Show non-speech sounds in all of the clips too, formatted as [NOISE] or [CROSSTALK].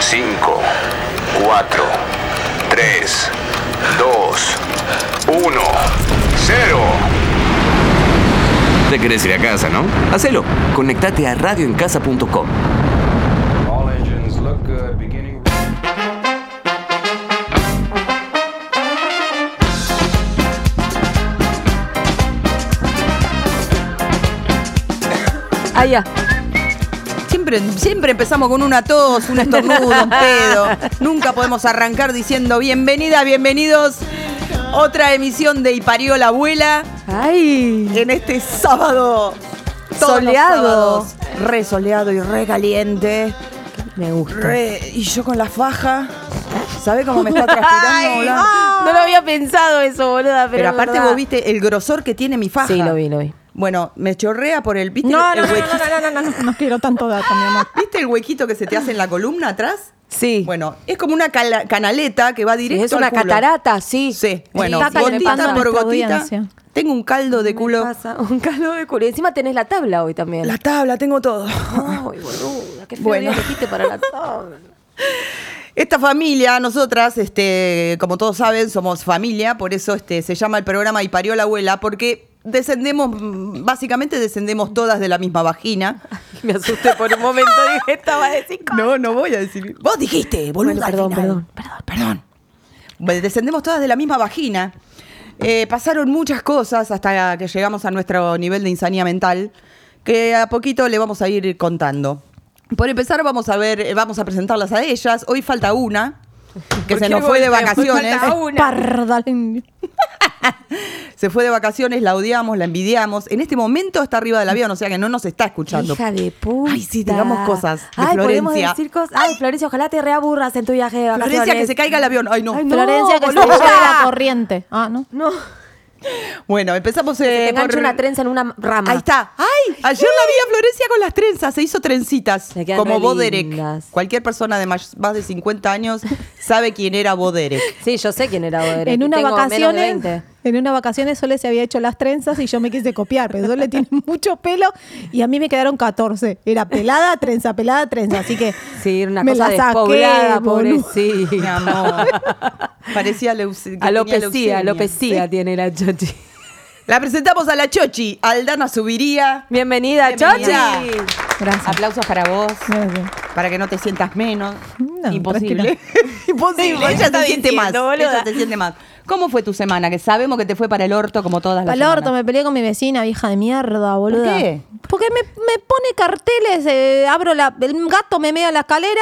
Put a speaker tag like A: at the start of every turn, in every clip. A: 5, 4, 3, 2, 1, 0.
B: Te querés ir a casa, ¿no? Hacelo. Conectate a radioencasa.com.
A: All engines look good, beginning.
C: Allá.
D: Siempre, siempre empezamos con una tos, un estornudo, un pedo. Nunca podemos arrancar diciendo bienvenida, bienvenidos. Otra emisión de Iparió la abuela
C: Ay.
D: en este sábado todos los
C: Soleado.
D: sábados, Re soleado y re caliente.
C: Me gusta.
D: Re- y yo con la faja. ¿Sabés cómo me está
C: [LAUGHS]
D: transpirando?
C: Ay,
D: boludo?
C: no lo había pensado eso, boluda. Pero,
D: Pero
C: es
D: aparte
C: verdad.
D: vos viste el grosor que tiene mi faja.
C: Sí, lo vi, lo vi.
D: Bueno, me chorrea por el, ¿viste
E: No,
D: el,
E: no,
D: el
E: no,
D: huequito?
E: no, no, no, no, Pues no, no quiero tanto dato, mi amor.
D: ¿Viste el huequito que se te hace en la columna atrás?
C: Sí.
D: Bueno, es como una cala- canaleta que va directo
C: es una
D: al culo.
C: catarata, sí.
D: Sí, bueno,
E: Tata, que le pasa
D: gotita por
E: a nuestra
D: gotita.
E: audiencia.
D: Tengo un caldo de
C: Me
D: culo.
C: pasa [LAUGHS] un calor de culo. Y encima tenés la tabla hoy también.
D: La tabla, tengo todo. [LAUGHS]
C: Ay, boluda, qué feo
D: Bueno.
C: día elegiste para la
D: [LAUGHS]
C: tabla.
D: Esta familia, nosotras, este, como todos saben, somos familia, por eso este, se llama el programa Y parió la abuela, porque descendemos, mm, básicamente descendemos todas de la misma vagina.
C: Me asusté por un momento. Dije, estaba de cinco.
D: No, no voy a decir. Vos dijiste, boludo.
C: Bueno, perdón, perdón, perdón,
D: perdón. Bueno, descendemos todas de la misma vagina. Eh, pasaron muchas cosas hasta que llegamos a nuestro nivel de insanía mental, que a poquito le vamos a ir contando. Por empezar, vamos a ver, eh, vamos a presentarlas a ellas. Hoy falta
C: [LAUGHS]
D: una, que se nos fue de vacaciones.
C: Ah,
E: Parda linda.
D: Se fue de vacaciones, la odiamos, la envidiamos. En este momento está arriba del avión, o sea que no nos está escuchando.
C: Hija de puta.
D: Ay, sí, digamos cosas de
C: Ay, podemos
D: Florencia.
C: decir cosas. Ay, Florencia, ojalá te reaburras en tu viaje de vacaciones.
D: Florencia, que se caiga el avión. Ay, no.
C: Ay, no,
E: Florencia que se
C: boluda.
E: lleve la corriente. Ah, ¿no?
C: No,
D: Bueno, empezamos
C: te
D: eh,
C: engancha
D: por-
C: una trenza en una rama.
D: Ahí está. ¡Ay! Ayer la vi a Florencia con las trenzas, se hizo trencitas.
C: Le quedan
D: Como
C: re
D: Boderek.
C: lindas.
D: Cualquier persona de más, más de 50 años sabe quién era
C: [LAUGHS]
D: Boderek.
C: Sí, yo sé quién era Odere.
E: En unas
C: tengo menos de
E: vacaciones,
C: 20.
E: en unas vacaciones Sole se había hecho las trenzas y yo me quise copiar, pero Sole tiene [LAUGHS] mucho pelo y a mí me quedaron 14. Era pelada, trenza, pelada, trenza, así que
C: Sí, era una
E: me
C: cosa
E: la saqué,
C: despoblada,
E: boluda.
C: pobrecita.
D: Mi amor. Parecía leuce- que tenía
C: Alopecia,
D: leucemia.
C: alopecia tiene la Chochi.
D: La presentamos a la Chochi, Aldana Subiría.
C: Bienvenida,
D: Bienvenida.
C: Chochi.
E: Gracias.
D: Aplausos para vos,
E: Gracias.
D: para que no te sientas menos.
E: No,
D: Imposible.
C: Sí,
D: [LAUGHS] Imposible.
C: vos
D: Ella
C: está
D: se siente
C: diciendo,
D: más.
C: boluda.
D: Ella se siente más. ¿Cómo fue tu semana? Que sabemos que te fue para el orto como todas las
E: Al orto,
D: semanas.
E: me peleé con mi vecina, vieja de mierda, boluda.
D: qué?
E: Porque me, me pone carteles, eh, abro la, el gato me mea la escalera,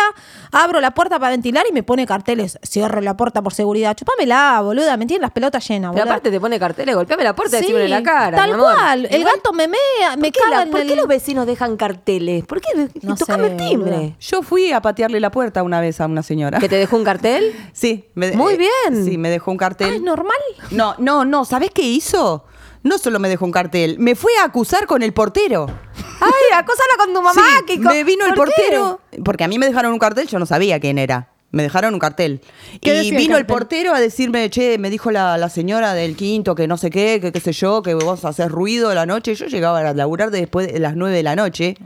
E: abro la puerta para ventilar y me pone carteles. Cierro la puerta por seguridad. Chupamela, boluda, me tienen las pelotas llenas,
C: Pero
E: boluda.
C: aparte te pone carteles, golpeame la puerta y decime en la cara.
E: Tal
C: mi amor.
E: cual, el
C: Igual,
E: gato me mea, me
C: ¿Por qué, la-
E: caga en
C: por qué
E: el-
C: los vecinos dejan carteles? ¿Por qué?
E: No
C: Tocame
E: sé,
C: el timbre.
D: Yo fui a patearle la puerta una vez a una señora.
C: ¿Que te dejó un
D: [LAUGHS]
C: cartel?
D: Sí, me-
C: Muy
D: eh,
C: bien.
D: Sí, me dejó un
E: Ah,
D: cartel.
E: ¿es normal?
D: No, no, no, ¿sabés qué hizo? No solo me dejó un cartel, me fue a acusar con el portero.
C: Ay, acósala con tu mamá.
D: Sí,
C: que co-
D: me vino el
C: ¿Por qué?
D: portero, porque a mí me dejaron un cartel, yo no sabía quién era. Me dejaron un cartel.
E: ¿Qué
D: Y
E: decía el
D: vino el,
E: cartel?
D: portero a decirme, che, me dijo la, la señora del quinto que no sé qué, que qué sé yo, que vos haces ruido a la noche. Yo llegaba a laburar de después de las nueve de la noche.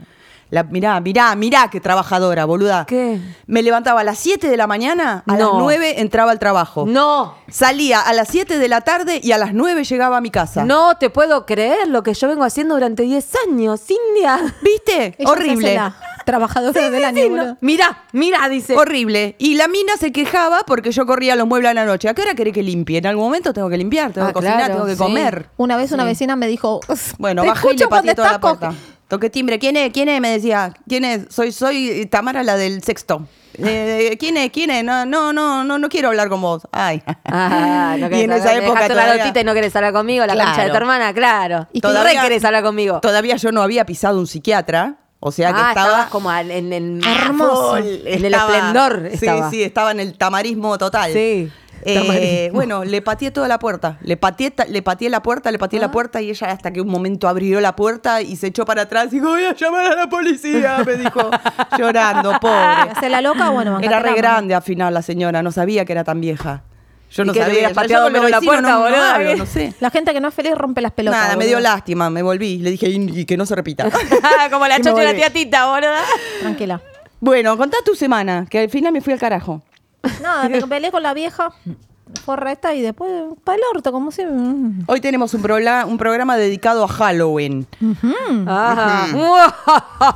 D: La, mirá, mirá, mirá qué trabajadora, boluda.
C: ¿Qué?
D: Me levantaba a las 7 de la mañana, a
C: No.
D: las 9 entraba al trabajo.
C: No.
D: Salía a las 7 de la tarde y a las 9 llegaba a mi casa.
C: No te puedo creer lo que yo vengo haciendo durante 10 años, India.
D: ¿Viste?
E: Ella se hace
D: horrible.
E: la trabajadora del año,
C: Sí,
E: boluda.
C: no. Mira, mira, dice.
D: Horrible. Y la mina se quejaba porque yo corría los muebles a la noche. ¿A qué hora querés que limpie? En algún momento tengo que limpiar, tengo
C: Ah,
D: que cocinar,
C: claro,
D: tengo que
C: sí.
D: comer.
E: Una vez una vecina me dijo,
D: Bueno,
E: "Te
D: bajé y le
E: escucho cuando
D: pateé toda la
E: estás co-
D: puerta.
E: [LAUGHS]
D: Toqué timbre. ¿Quién es? ¿Quién es? Me decía. ¿Quién es? Soy, soy eh, Tamara, la del sexto. Eh, ¿Quién es? ¿Quién es? No, no, no, no, no quiero hablar con vos. Ay.
C: Ah, no
D: [LAUGHS] y
C: querés
D: en
C: hablar,
D: esa
C: me
D: época
C: dejaste una
D: todavía-
C: gotita y no querés hablar conmigo, la
D: Claro.
C: cancha de tu hermana, claro. Y
D: Y todavía-
C: re querés hablar conmigo.
D: Todavía yo no había pisado un psiquiatra, o sea que
C: ah,
D: estaba
C: estabas como al- en el
E: Hermoso.
C: en el
D: estaba-
C: esplendor
D: Sí,
C: estaba.
D: sí, estaba en el tamarismo total.
C: Sí,
D: Eh,
C: tamarismo.
D: bueno, le pateé toda la puerta. Le pateé, ta- le pateé la puerta, le pateé la
C: Ah.
D: puerta y ella hasta que un momento abrió la puerta y se echó para atrás y dijo, voy a llamar a la policía, me
C: [LAUGHS]
D: dijo, llorando, pobre.
E: ¿Hace la loca? Bueno,
D: Era re
E: bancátela,
D: grande al final la señora, no sabía que era tan vieja. Yo
C: ¿Y
D: no
C: qué, le
D: sabía.
C: hubieras
D: yo- yo
C: pateado
D: con los
C: menos la
D: vecinos
C: puerta,
D: no- no
C: boluda?
D: hablo, no sé.
E: La gente que no es feliz rompe las pelotas.
D: Nada, me dio
E: boluda.
C: [LAUGHS]
D: lástima, me volví. Le dije, y, y que no se repita.
C: [LAUGHS] como la
D: Y me
C: chocha y la
D: volví.
C: tía Tita, boluda.
E: Tranquila.
D: Bueno, contá tu semana, que al final me fui al carajo.
C: [LAUGHS]
E: Nada, me peleé con la vieja porra esta y después para el orto, como siempre. Mm.
D: Hoy tenemos un, prola- un programa dedicado a Halloween. Mm.
C: Ajá.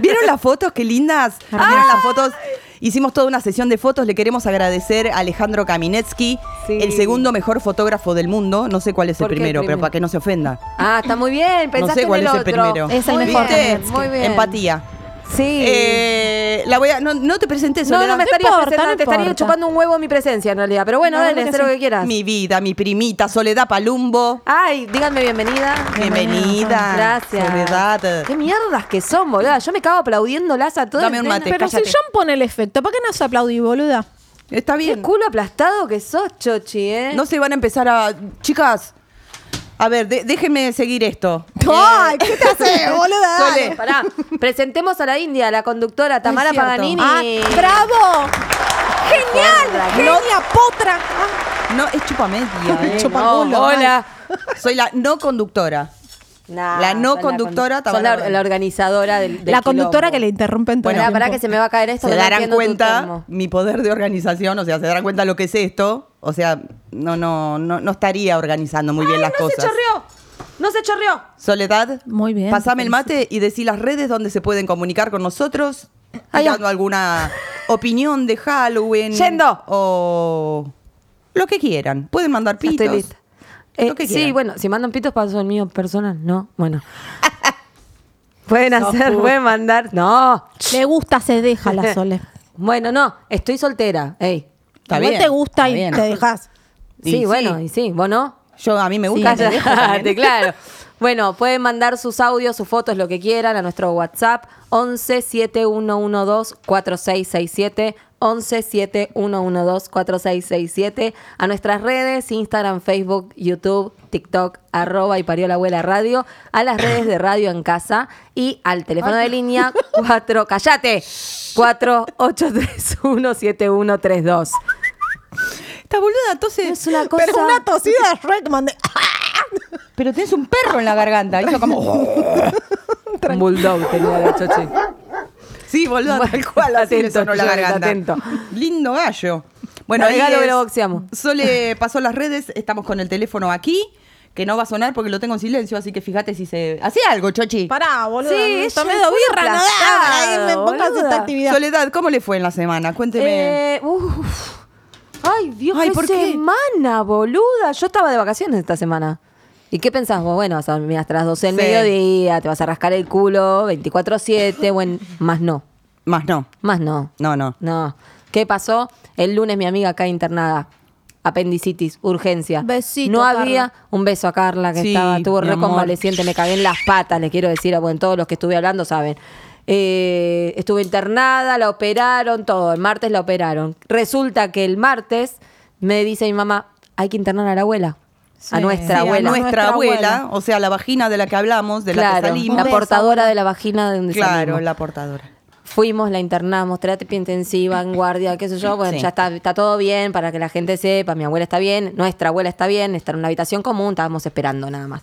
D: ¿Vieron las fotos? ¡Qué lindas! ¿Vieron las fotos? Hicimos toda una sesión de fotos. Le queremos agradecer a Alejandro Kaminetsky,
C: Sí.
D: el segundo mejor fotógrafo del mundo. No sé cuál es el
C: ¿Por qué el
D: primero, pero
C: primero?
D: para que no se ofenda.
C: [LAUGHS] Ah, está muy bien.
D: No
C: Pensaste
D: sé cuál
C: en
D: es
C: el
D: el
C: otro.
D: primero.
E: Es el
C: Muy
E: mejor.
C: bien,
D: ¿Viste?
C: Muy bien.
D: Empatía.
C: Sí.
D: Eh, la voy a- no, no te presenté,
C: no,
D: Soledad.
C: no me
E: está-
C: estaría
E: importa,
C: presentando,
E: no
C: te estaría
E: importa.
C: chupando un huevo en mi presencia en realidad. Pero bueno,
E: La
C: dale,
E: verdad que
C: haz lo
E: sí.
C: que quieras.
D: Mi vida, mi primita, Soledad Palumbo.
C: Ay, díganme bienvenida.
D: Bienvenida.
C: Gracias.
D: Soledad.
C: Qué mierdas que son, boluda. Yo me cago aplaudiéndolas a todas.
D: Dame un
C: nena.
D: mate.
E: Pero
D: cállate.
E: si John pone el efecto, ¿para qué nos aplaudí, boluda?
D: Está
C: Qué
D: bien.
C: culo aplastado que sos, Chochi, ¿eh?
D: No se van a empezar a. Chicas, a ver, de- déjenme seguir esto.
E: ¡Ay! ¿Qué
C: [LAUGHS]
E: te hace, boluda?
D: Sole. [LAUGHS]
E: Dale.
C: Pará, presentemos a la India, la conductora Tamara
D: cierto.
C: Paganini.
E: Ah, ¡Bravo! ¡Genial!
C: Porra,
E: ¡Genia, potra!
D: No, es
C: [LAUGHS]
D: chupamedia. eh.
E: Chupaculo.
D: No,
C: Hola.
D: Soy la no conductora.
C: Nah,
D: La no
C: sos
D: conductora
C: la, condu-
D: Tamara
C: sos la-
D: Paganini.
C: la organizadora del, del
E: la conductora
C: quilombo.
E: que le interrumpen todo
C: Pará,
E: el
C: pará
E: tiempo.
C: que se me va a caer esto.
D: se
C: que no
D: darán
C: entiendo tu
D: cuenta
C: termo.
D: mi poder de organización, o sea, se darán cuenta lo que es esto. O sea, no, no, no, no estaría organizando muy bien las
C: No se
D: cosas.
C: chorreó. No se chorreó.
D: Soledad,
E: Muy bien,
D: pasame el
E: felicito.
D: mate y decí las redes donde se pueden comunicar con nosotros,
C: Ahí va.
D: dando alguna opinión de Halloween.
C: Yendo.
D: O lo que quieran. Pueden mandar
C: Ya
D: pitos.
C: Estoy lista. Eh,
D: Lo que
C: sí,
D: quieran.
C: bueno, si mandan pitos paso el mío personal, no,
D: [LAUGHS]
C: bueno. pueden hacer,
D: uh.
C: pueden mandar. No.
E: Le gusta, se
C: [LAUGHS]
E: deja la Sole.
C: Bueno, no, estoy soltera. Ey.
D: Está
E: Igual
D: bien,
E: te gusta
D: está
E: y
D: bien.
E: te dejas.
D: Y
C: Sí,
D: sí.
C: bueno, y sí, vos no.
D: Yo a mí me
C: [LAUGHS]
D: gusta. te dejo
C: Cállate,
D: también.
C: claro. Bueno, pueden mandar sus audios, sus fotos, lo que quieran a nuestro WhatsApp 11 7112 4667 11 7112 4667 a nuestras redes Instagram, Facebook, YouTube, TikTok, arroba y parió la abuela radio, a las redes de radio en casa y al teléfono de
D: [LAUGHS]
C: línea 4, cállate, 4831 7132.
D: Esta boluda, entonces.
C: Es una cosa
E: Pero una tosida
C: [LAUGHS]
E: de Redman. de-
D: Pero tenés un perro en la garganta. Hizo como.
C: [LAUGHS]
D: [LAUGHS]
C: un bulldog tenía la choche.
D: Sí, boluda,
C: Bueno,
D: tal cual. Así le
C: atento,
D: sonó la
C: Chicharito,
D: garganta.
C: atento.
D: Lindo gallo. Bueno, ahí
C: Regalo que
D: es-
C: lo boxeamos. [LAUGHS]
D: Sole pasó las redes, estamos con el teléfono aquí, que no va a sonar porque lo tengo en silencio, así que fíjate si se. Hacé algo, Chochi.
E: Pará, boludo.
C: Sí,
E: Sí, tomé
C: ella
E: dos
C: es una
E: birras, no da.
C: aplastada,
E: Ahí me pongas
C: boluda.
E: esta actividad.
D: Soledad, ¿cómo le fue en la semana? Cuénteme.
C: Eh, uf. Ay, Dios,
D: Ay,
C: qué
D: ¿por qué?
C: semana, boluda. Yo estaba de vacaciones esta semana. ¿Y qué pensás vos? Bueno, vas a dormir hasta las 12 del
D: Sí.
C: mediodía, te vas a rascar el culo 24-7, bueno, más no,
D: Más no.
C: más no.
D: No, no.
C: No. ¿Qué pasó? El lunes mi amiga acá internada. Apendicitis, urgencia.
E: Besito,
C: No
E: Carla.
C: había un beso a Carla que
D: Sí,
C: estaba, estuvo
D: mi
C: reconvaleciente, me cagué en las patas, les quiero decir, bueno, todos los que estuve hablando saben. Eh, estuve internada, la operaron, todo. El martes la operaron. Resulta que el martes me dice mi mamá, hay que internar a la abuela. a nuestra
D: Sí, a
C: abuela.
D: nuestra,
E: Nuestra
D: abuela,
E: abuela.
D: o sea, la vagina de la que hablamos, de la que
C: claro,
D: salimos.
C: la
E: beso,
C: portadora
E: abuela.
C: de la vagina de donde
D: Claro,
C: salimos.
D: la portadora.
C: Fuimos, la internamos, terapia intensiva, en guardia, qué sé yo. Bueno,
D: Sí.
C: ya está, está todo bien para que la gente sepa. Mi abuela está bien, nuestra abuela está bien, está en una habitación común, estábamos esperando nada más.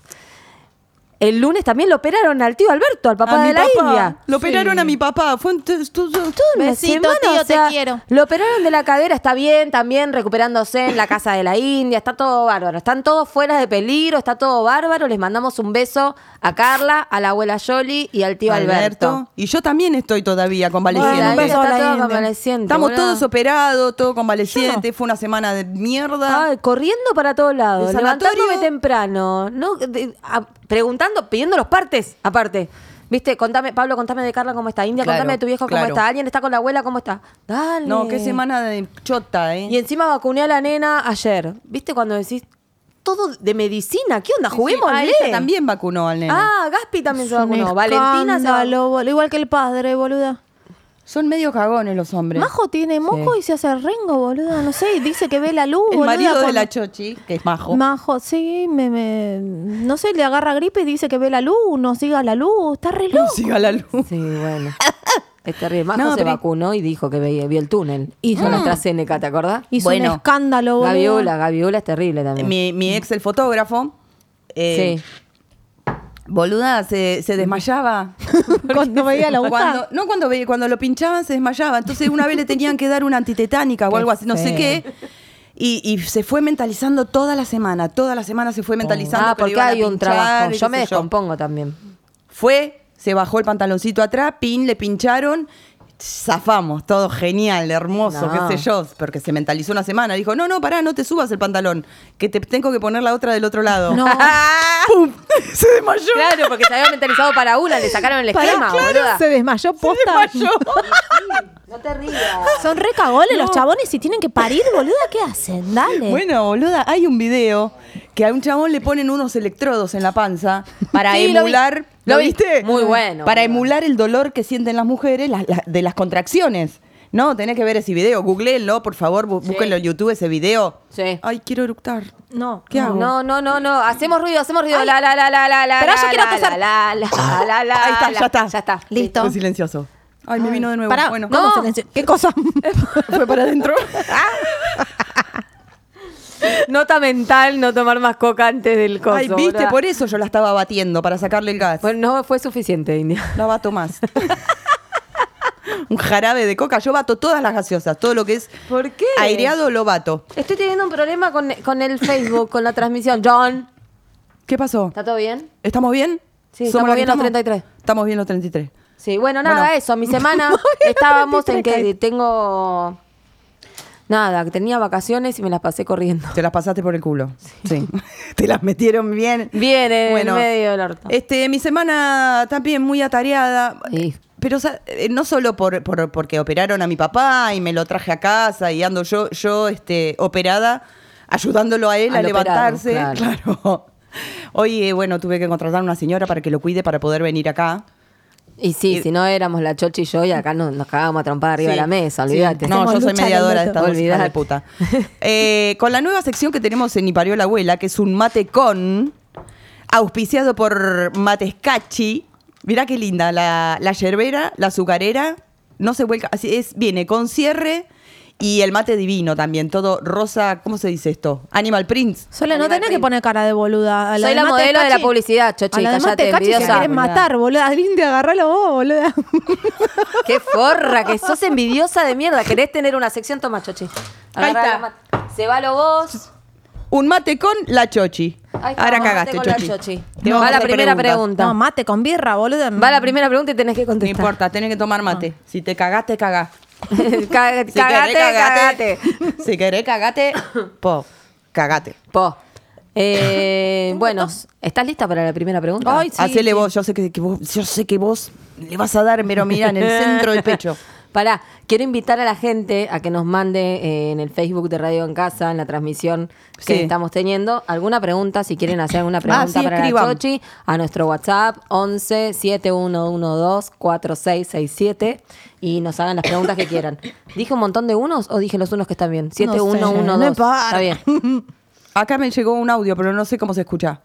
C: El lunes también lo operaron al tío Alberto, al papá
D: A
C: de
D: mi
C: la
D: papá.
C: India.
D: Lo operaron a mi papá. Fue un t- t- t-
C: Una
E: Besito,
C: semana,
E: tío,
C: o
E: te
C: sea,
E: quiero.
C: Lo operaron de la cadera, está bien, también recuperándose en la casa de la India, está todo bárbaro. Están todos fuera de peligro, está todo bárbaro. Les mandamos un beso a Carla, a la abuela Yoli y al tío Alberto.
D: Y yo también estoy todavía
E: Bueno,
D: convaleciente.
E: un beso a
C: está
E: la
C: todo
E: India.
C: convaleciente,
D: Estamos
C: boluda.
D: todos operados, todo convaleciente. Fue una semana de mierda.
C: Ay, Ah, corriendo para todos lados,
D: Del sanatorio.
C: levantándome temprano, no, de- a- preguntando, pidiendo los partes, aparte. Viste, contame, Pablo, contame de Carla cómo está, India,
D: Claro,
C: contame de tu viejo cómo
D: claro.
C: está, alguien está con la abuela cómo está. Dale.
D: no, qué semana de chota, ¿eh?
C: Y encima vacuné a la nena ayer. Viste cuando decís todo de medicina, ¿qué onda?
D: Ah,
C: Juguémosle.
D: ella también vacunó al nene.
C: Ah, Gaspi también se vacunó.
E: Un
C: Valentina se
E: escándalo,
C: vacunó.
E: boludo. Igual que el padre, boluda.
D: Son medio cagones los hombres.
E: Majo tiene moco y se hace rengo, boluda. No sé, y dice que ve la luz,
D: [LAUGHS] El
E: boluda.
D: marido de
E: cuando-
D: la Chochi, que es majo.
E: Majo, sí, me, me- No sé, le agarra gripe y dice que ve la luz, no siga la luz, está re
D: [LAUGHS]
E: loco.
D: Siga la luz.
C: Sí,
D: [LAUGHS]
C: bueno. Es terrible. Majo
D: No,
C: se
D: pero- Ah.
C: vacunó y dijo que veía, vio el túnel.
E: Hizo-
C: Hizo la AstraZeneca, ¿te acordás?
E: Hizo
D: Bueno.
E: un escándalo, boluda.
C: Gaviola, Gaviola es terrible también.
D: Mi, mi ex, el fotógrafo, eh,
C: sí.
D: Boluda, se,
C: [LAUGHS]
D: se desmayaba.
E: Cuando veía la
D: Cuando,
E: UPA.
D: no, cuando, ve- cuando lo pinchaban se desmayaba. Entonces una vez le tenían que dar una antitetánica o
E: Qué
D: algo así, no sé
E: feo.
D: qué. Y, y se fue mentalizando toda la semana. Toda la semana se fue mentalizando.
C: Ah,
D: que lo
C: porque
D: iban a
C: hay un
D: pinchar,
C: trabajo.
D: y qué
C: Yo me
D: sé
C: descompongo también.
D: Fue, se bajó el pantaloncito atrás, pin, le pincharon. Zafamos, todo genial, hermoso,
C: No.
D: qué sé yo, porque se mentalizó una semana. Dijo, no, no, pará, no te subas el pantalón, que te tengo que poner la otra del otro lado.
E: No.
D: [LAUGHS] ¡Pum! [LAUGHS] Se desmayó.
C: Claro, porque se había mentalizado para una, le sacaron el
E: Pará,
C: esquema,
E: claro,
C: boluda.
E: se desmayó posta.
D: Se desmayó. [LAUGHS]
C: No te rías.
E: [LAUGHS] Son re cagones los chabones si tienen que parir, boluda, ¿qué hacen? Dale.
D: Bueno, boluda, hay un video que a un chabón le ponen unos electrodos en la panza para
C: Sí, lo vi.
D: emular.
C: Lo vi. Muy bueno,
D: Para
C: boluda.
D: emular el dolor que sienten las mujeres las- las- de las contracciones. No, tenés que ver ese video. Googleenlo, por favor. bu- Búsquenlo en YouTube, ese video.
C: Sí.
D: Ay, quiero eructar.
E: No.
D: ¿Qué hago?
C: No, no, no, no. Hacemos ruido, hacemos ruido. La, la, la, la, la, la.
E: Pará,
C: la,
E: yo quiero
C: la,
E: toser.
C: la, la, la, la, la,
D: Ahí está,
C: la.
D: ya está.
C: Ya está.
E: Listo.
D: Fue silencioso. Ay, me vino de nuevo.
E: Pará,
D: bueno,
E: ¿cómo
C: No.
E: silencio? ¿Qué cosa?
D: fue para adentro.
C: Nota mental, no tomar más coca antes del coso.
D: Ay, viste,
C: boluda.
D: por eso yo la estaba batiendo, para sacarle el gas.
C: Bueno, no fue suficiente, India.
D: No bato más. [LAUGHS] un jarabe de coca. Yo bato todas las gaseosas. Todo lo que es
C: ¿Por qué?
D: aireado lo bato.
C: Estoy teniendo un problema con, con el Facebook, con la transmisión. John,
D: ¿Qué pasó?
C: ¿está todo bien?
D: ¿Estamos bien?
C: Sí,
D: ¿Somos
C: estamos bien
D: que
C: los 33.
D: Estamos bien los 33.
C: Sí, bueno, nada,
D: Bueno.
C: eso. [LAUGHS] Mi semana estábamos en que tengo. Nada, que tenía vacaciones y me las pasé corriendo.
D: Te las pasaste por el culo. Sí. [LAUGHS] Te las metieron bien.
C: Bien, en el medio del orto.
D: Este, mi semana también muy atareada.
C: Sí.
D: Pero o sea, eh, no solo por, por- porque operaron a mi papá y me lo traje a casa y ando yo, yo este, operada, ayudándolo a él
C: Al
D: a levantarse. [LAUGHS]
C: operado,
D: claro. Hoy, eh, bueno, tuve que contratar a una señora para que lo cuide para poder venir acá.
C: Y sí,
D: Y-
C: si no éramos la Chochi y yo, y acá nos, nos cagábamos a trompar arriba de
D: Sí,
C: la mesa,
D: sí.
C: olvídate.
D: No, yo
E: Hacemos
D: soy
E: lucha
D: mediadora de
E: en el
D: esta
C: orto.
D: hija de puta. [LAUGHS] Eh, con la nueva sección que tenemos en Iparió la Abuela, que es un mate con, auspiciado por Matescachi. Mirá qué linda, la, la yerbera, la azucarera, no se vuelca, así es, viene con cierre y el mate divino también, todo rosa, ¿cómo se dice esto? Animal Prince.
E: Sola, no tenés que poner cara de boluda. A
C: Soy
E: del
C: la
E: mate
C: modelo de la
E: Cachi-
C: publicidad, Chochi,
E: A la del
C: callate,
E: mate Cachi se
C: envidiosa.
E: quieren matar, boluda. Al indio, agarralo vos, boluda.
C: Qué forra, que sos envidiosa de mierda. ¿Querés tener una sección? Toma, Chochi. Agarrá
D: Ahí está.
C: la mata. Se va lo vos.
D: Un mate con la chochi.
C: Ahí está,
D: Ahora
C: mate
D: cagaste,
C: con la
D: chochi.
C: Chochi.
D: Te
C: Va
D: vamos a
C: la
D: hacer
C: primera
D: preguntas.
C: pregunta.
E: No, mate con birra, boluda.
C: Va
E: [LAUGHS]
C: la primera pregunta y tenés que
D: Mm. No
C: contestar. [LAUGHS]
D: importa, tenés que tomar mate.
C: Ah.
D: Si te cagaste, cagás.
C: Caga- cagate,
D: Si
C: cagate.
D: querés, [LAUGHS] Si querés,
E: [COUGHS]
D: cagate. Po, cagate.
C: Po. Eh, [LAUGHS]
E: Tengo
C: bueno,
E: tos.
C: ¿estás lista para la primera pregunta?
E: Ay, sí,
D: Ah, Hacele
E: sí.
D: vos, yo sé que, que vos, yo sé que vos le vas a dar, pero mira, en el centro del pecho.
C: [LAUGHS] Pará, quiero invitar a la gente a que nos mande eh, en el Facebook de Radio en Casa, en la transmisión que
D: Sí. Ah,
C: estamos teniendo, alguna pregunta, si quieren hacer alguna pregunta
D: sí,
C: para
D: escriban.
C: la Chochi, a nuestro WhatsApp 11 7112 4667 y nos hagan las preguntas que
D: [LAUGHS]
C: quieran. ¿Dije un montón de unos o dije los unos que están bien? 7112.
E: no
C: está
E: importa.
C: bien.
D: Acá me llegó un audio, pero no sé cómo se escucha.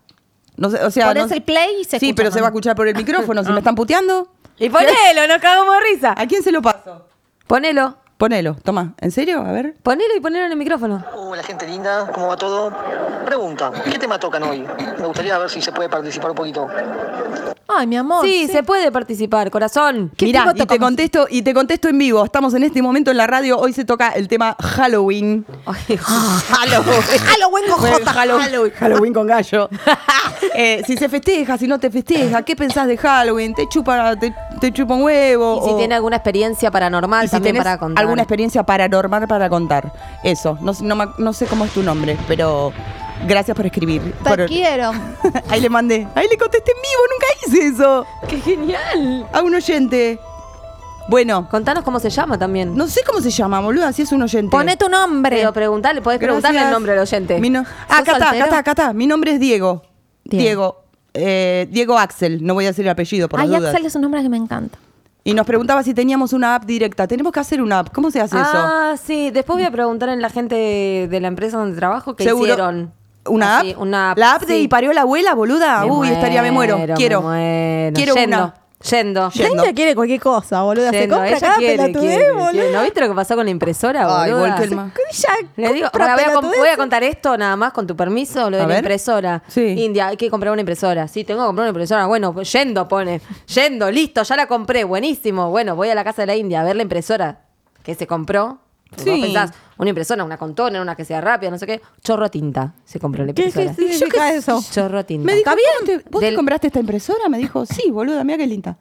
D: No sé, o sea,
E: Ponés
D: no-
E: el play y se
D: Sí,
E: escucha, Ah.
D: pero se
E: mami.
D: va a escuchar por el micrófono.
E: [LAUGHS]
D: Si me están puteando,
C: Y ponelo, nos cagamos de risa.
D: ¿a quién se lo paso?
C: Ponelo,
D: Ponelo, toma. ¿En serio? A ver.
C: ponelo y ponelo en el micrófono.
F: Hola Uh, gente linda, ¿cómo va todo? Pregunta, ¿qué tema tocan hoy? Me gustaría ver si se puede participar un poquito.
E: Ay, mi amor.
C: Sí, se puede participar, corazón.
E: ¿Qué
D: Mirá,
E: tipo
D: y te
E: tocamos?
D: contesto, y te contesto en vivo. Estamos en este momento en la radio. Hoy se toca el tema Halloween.
C: Ay, [LAUGHS]
D: Halloween.
E: Halloween con J.
D: Halloween. con gallo.
C: [LAUGHS]
D: Eh, si se festeja, si no te festeja, ¿qué pensás de Halloween? ¿Te chupa, te, te chupa un huevo?
C: Y si
D: O-
C: tiene alguna experiencia paranormal
D: y si
C: también
D: tenés
C: para contar.
D: alguna experiencia paranormal para contar. Eso. No, sé- no me- no sé cómo es tu nombre, pero gracias por escribir. Por-
E: Te quiero.
D: [LAUGHS] Ahí le mandé. Ahí le contesté en vivo, nunca hice eso.
C: ¡Qué genial!
D: A un oyente. Bueno,
C: Contanos cómo se llama también.
D: no sé cómo se llama, boluda, si es un oyente.
E: Poné tu nombre.
C: Pero preguntarle, podés preguntarle
D: Gracias.
C: el nombre del oyente.
D: Mi no- Ah, acá está, acá está, acá está. Mi nombre es Diego.
E: Diego.
D: Diego. Eh, Diego Axel, no voy a decir el apellido por las
E: Ay,
D: dudas.
E: Axel es un nombre que me encanta.
D: Y nos preguntaba si teníamos una app directa. Tenemos que hacer una app. ¿Cómo se hace eso?
C: Ah, sí. Después voy a preguntar en la gente de la empresa donde trabajo qué
D: Seguro-
C: hicieron.
D: ¿Una
C: Así,
D: app?
C: Una app.
D: ¿La app de
C: sí.
D: Y parió la abuela, boluda?
C: Me
D: Uy, estaría, me muero.
C: muero,
D: Quiero.
C: me muero.
D: Quiero
C: Yendo.
D: una.
C: Yendo.
E: La
D: Yendo.
E: India quiere cualquier cosa, boluda. Se
C: Yendo.
E: compra
C: Ella
E: cada
C: quiere,
E: pelotudez,
C: quiere,
E: boluda.
C: quiere. ¿No viste lo que pasó con la impresora,
D: Ay,
C: boluda?
D: Volkelma.
E: Ya
C: Le digo,
E: compra
C: ahora voy a, com-
E: pelotudeces.
C: voy a contar esto nada más con tu permiso, lo de
D: A
C: la
D: ver.
C: impresora.
D: Sí.
C: India, hay que comprar una impresora. Sí, tengo que comprar una impresora. Bueno, pues, yendo, pone. Yendo, listo, ya la compré, buenísimo. Bueno, voy a la casa de la India a ver la impresora que se compró. Vos
D: Sí.
C: pensás, una impresora, una con toner, una que sea rápida, no sé qué. Chorro a tinta se compró la
E: ¿Qué- qué
C: impresora.
E: significa eso?
C: Chorro a tinta.
D: Me dijo,
E: ¿Está
D: "¿Vos
E: bien?
D: te- ¿vos te
C: Del-
D: compraste esta impresora? Me dijo, sí, boluda, mira qué linda.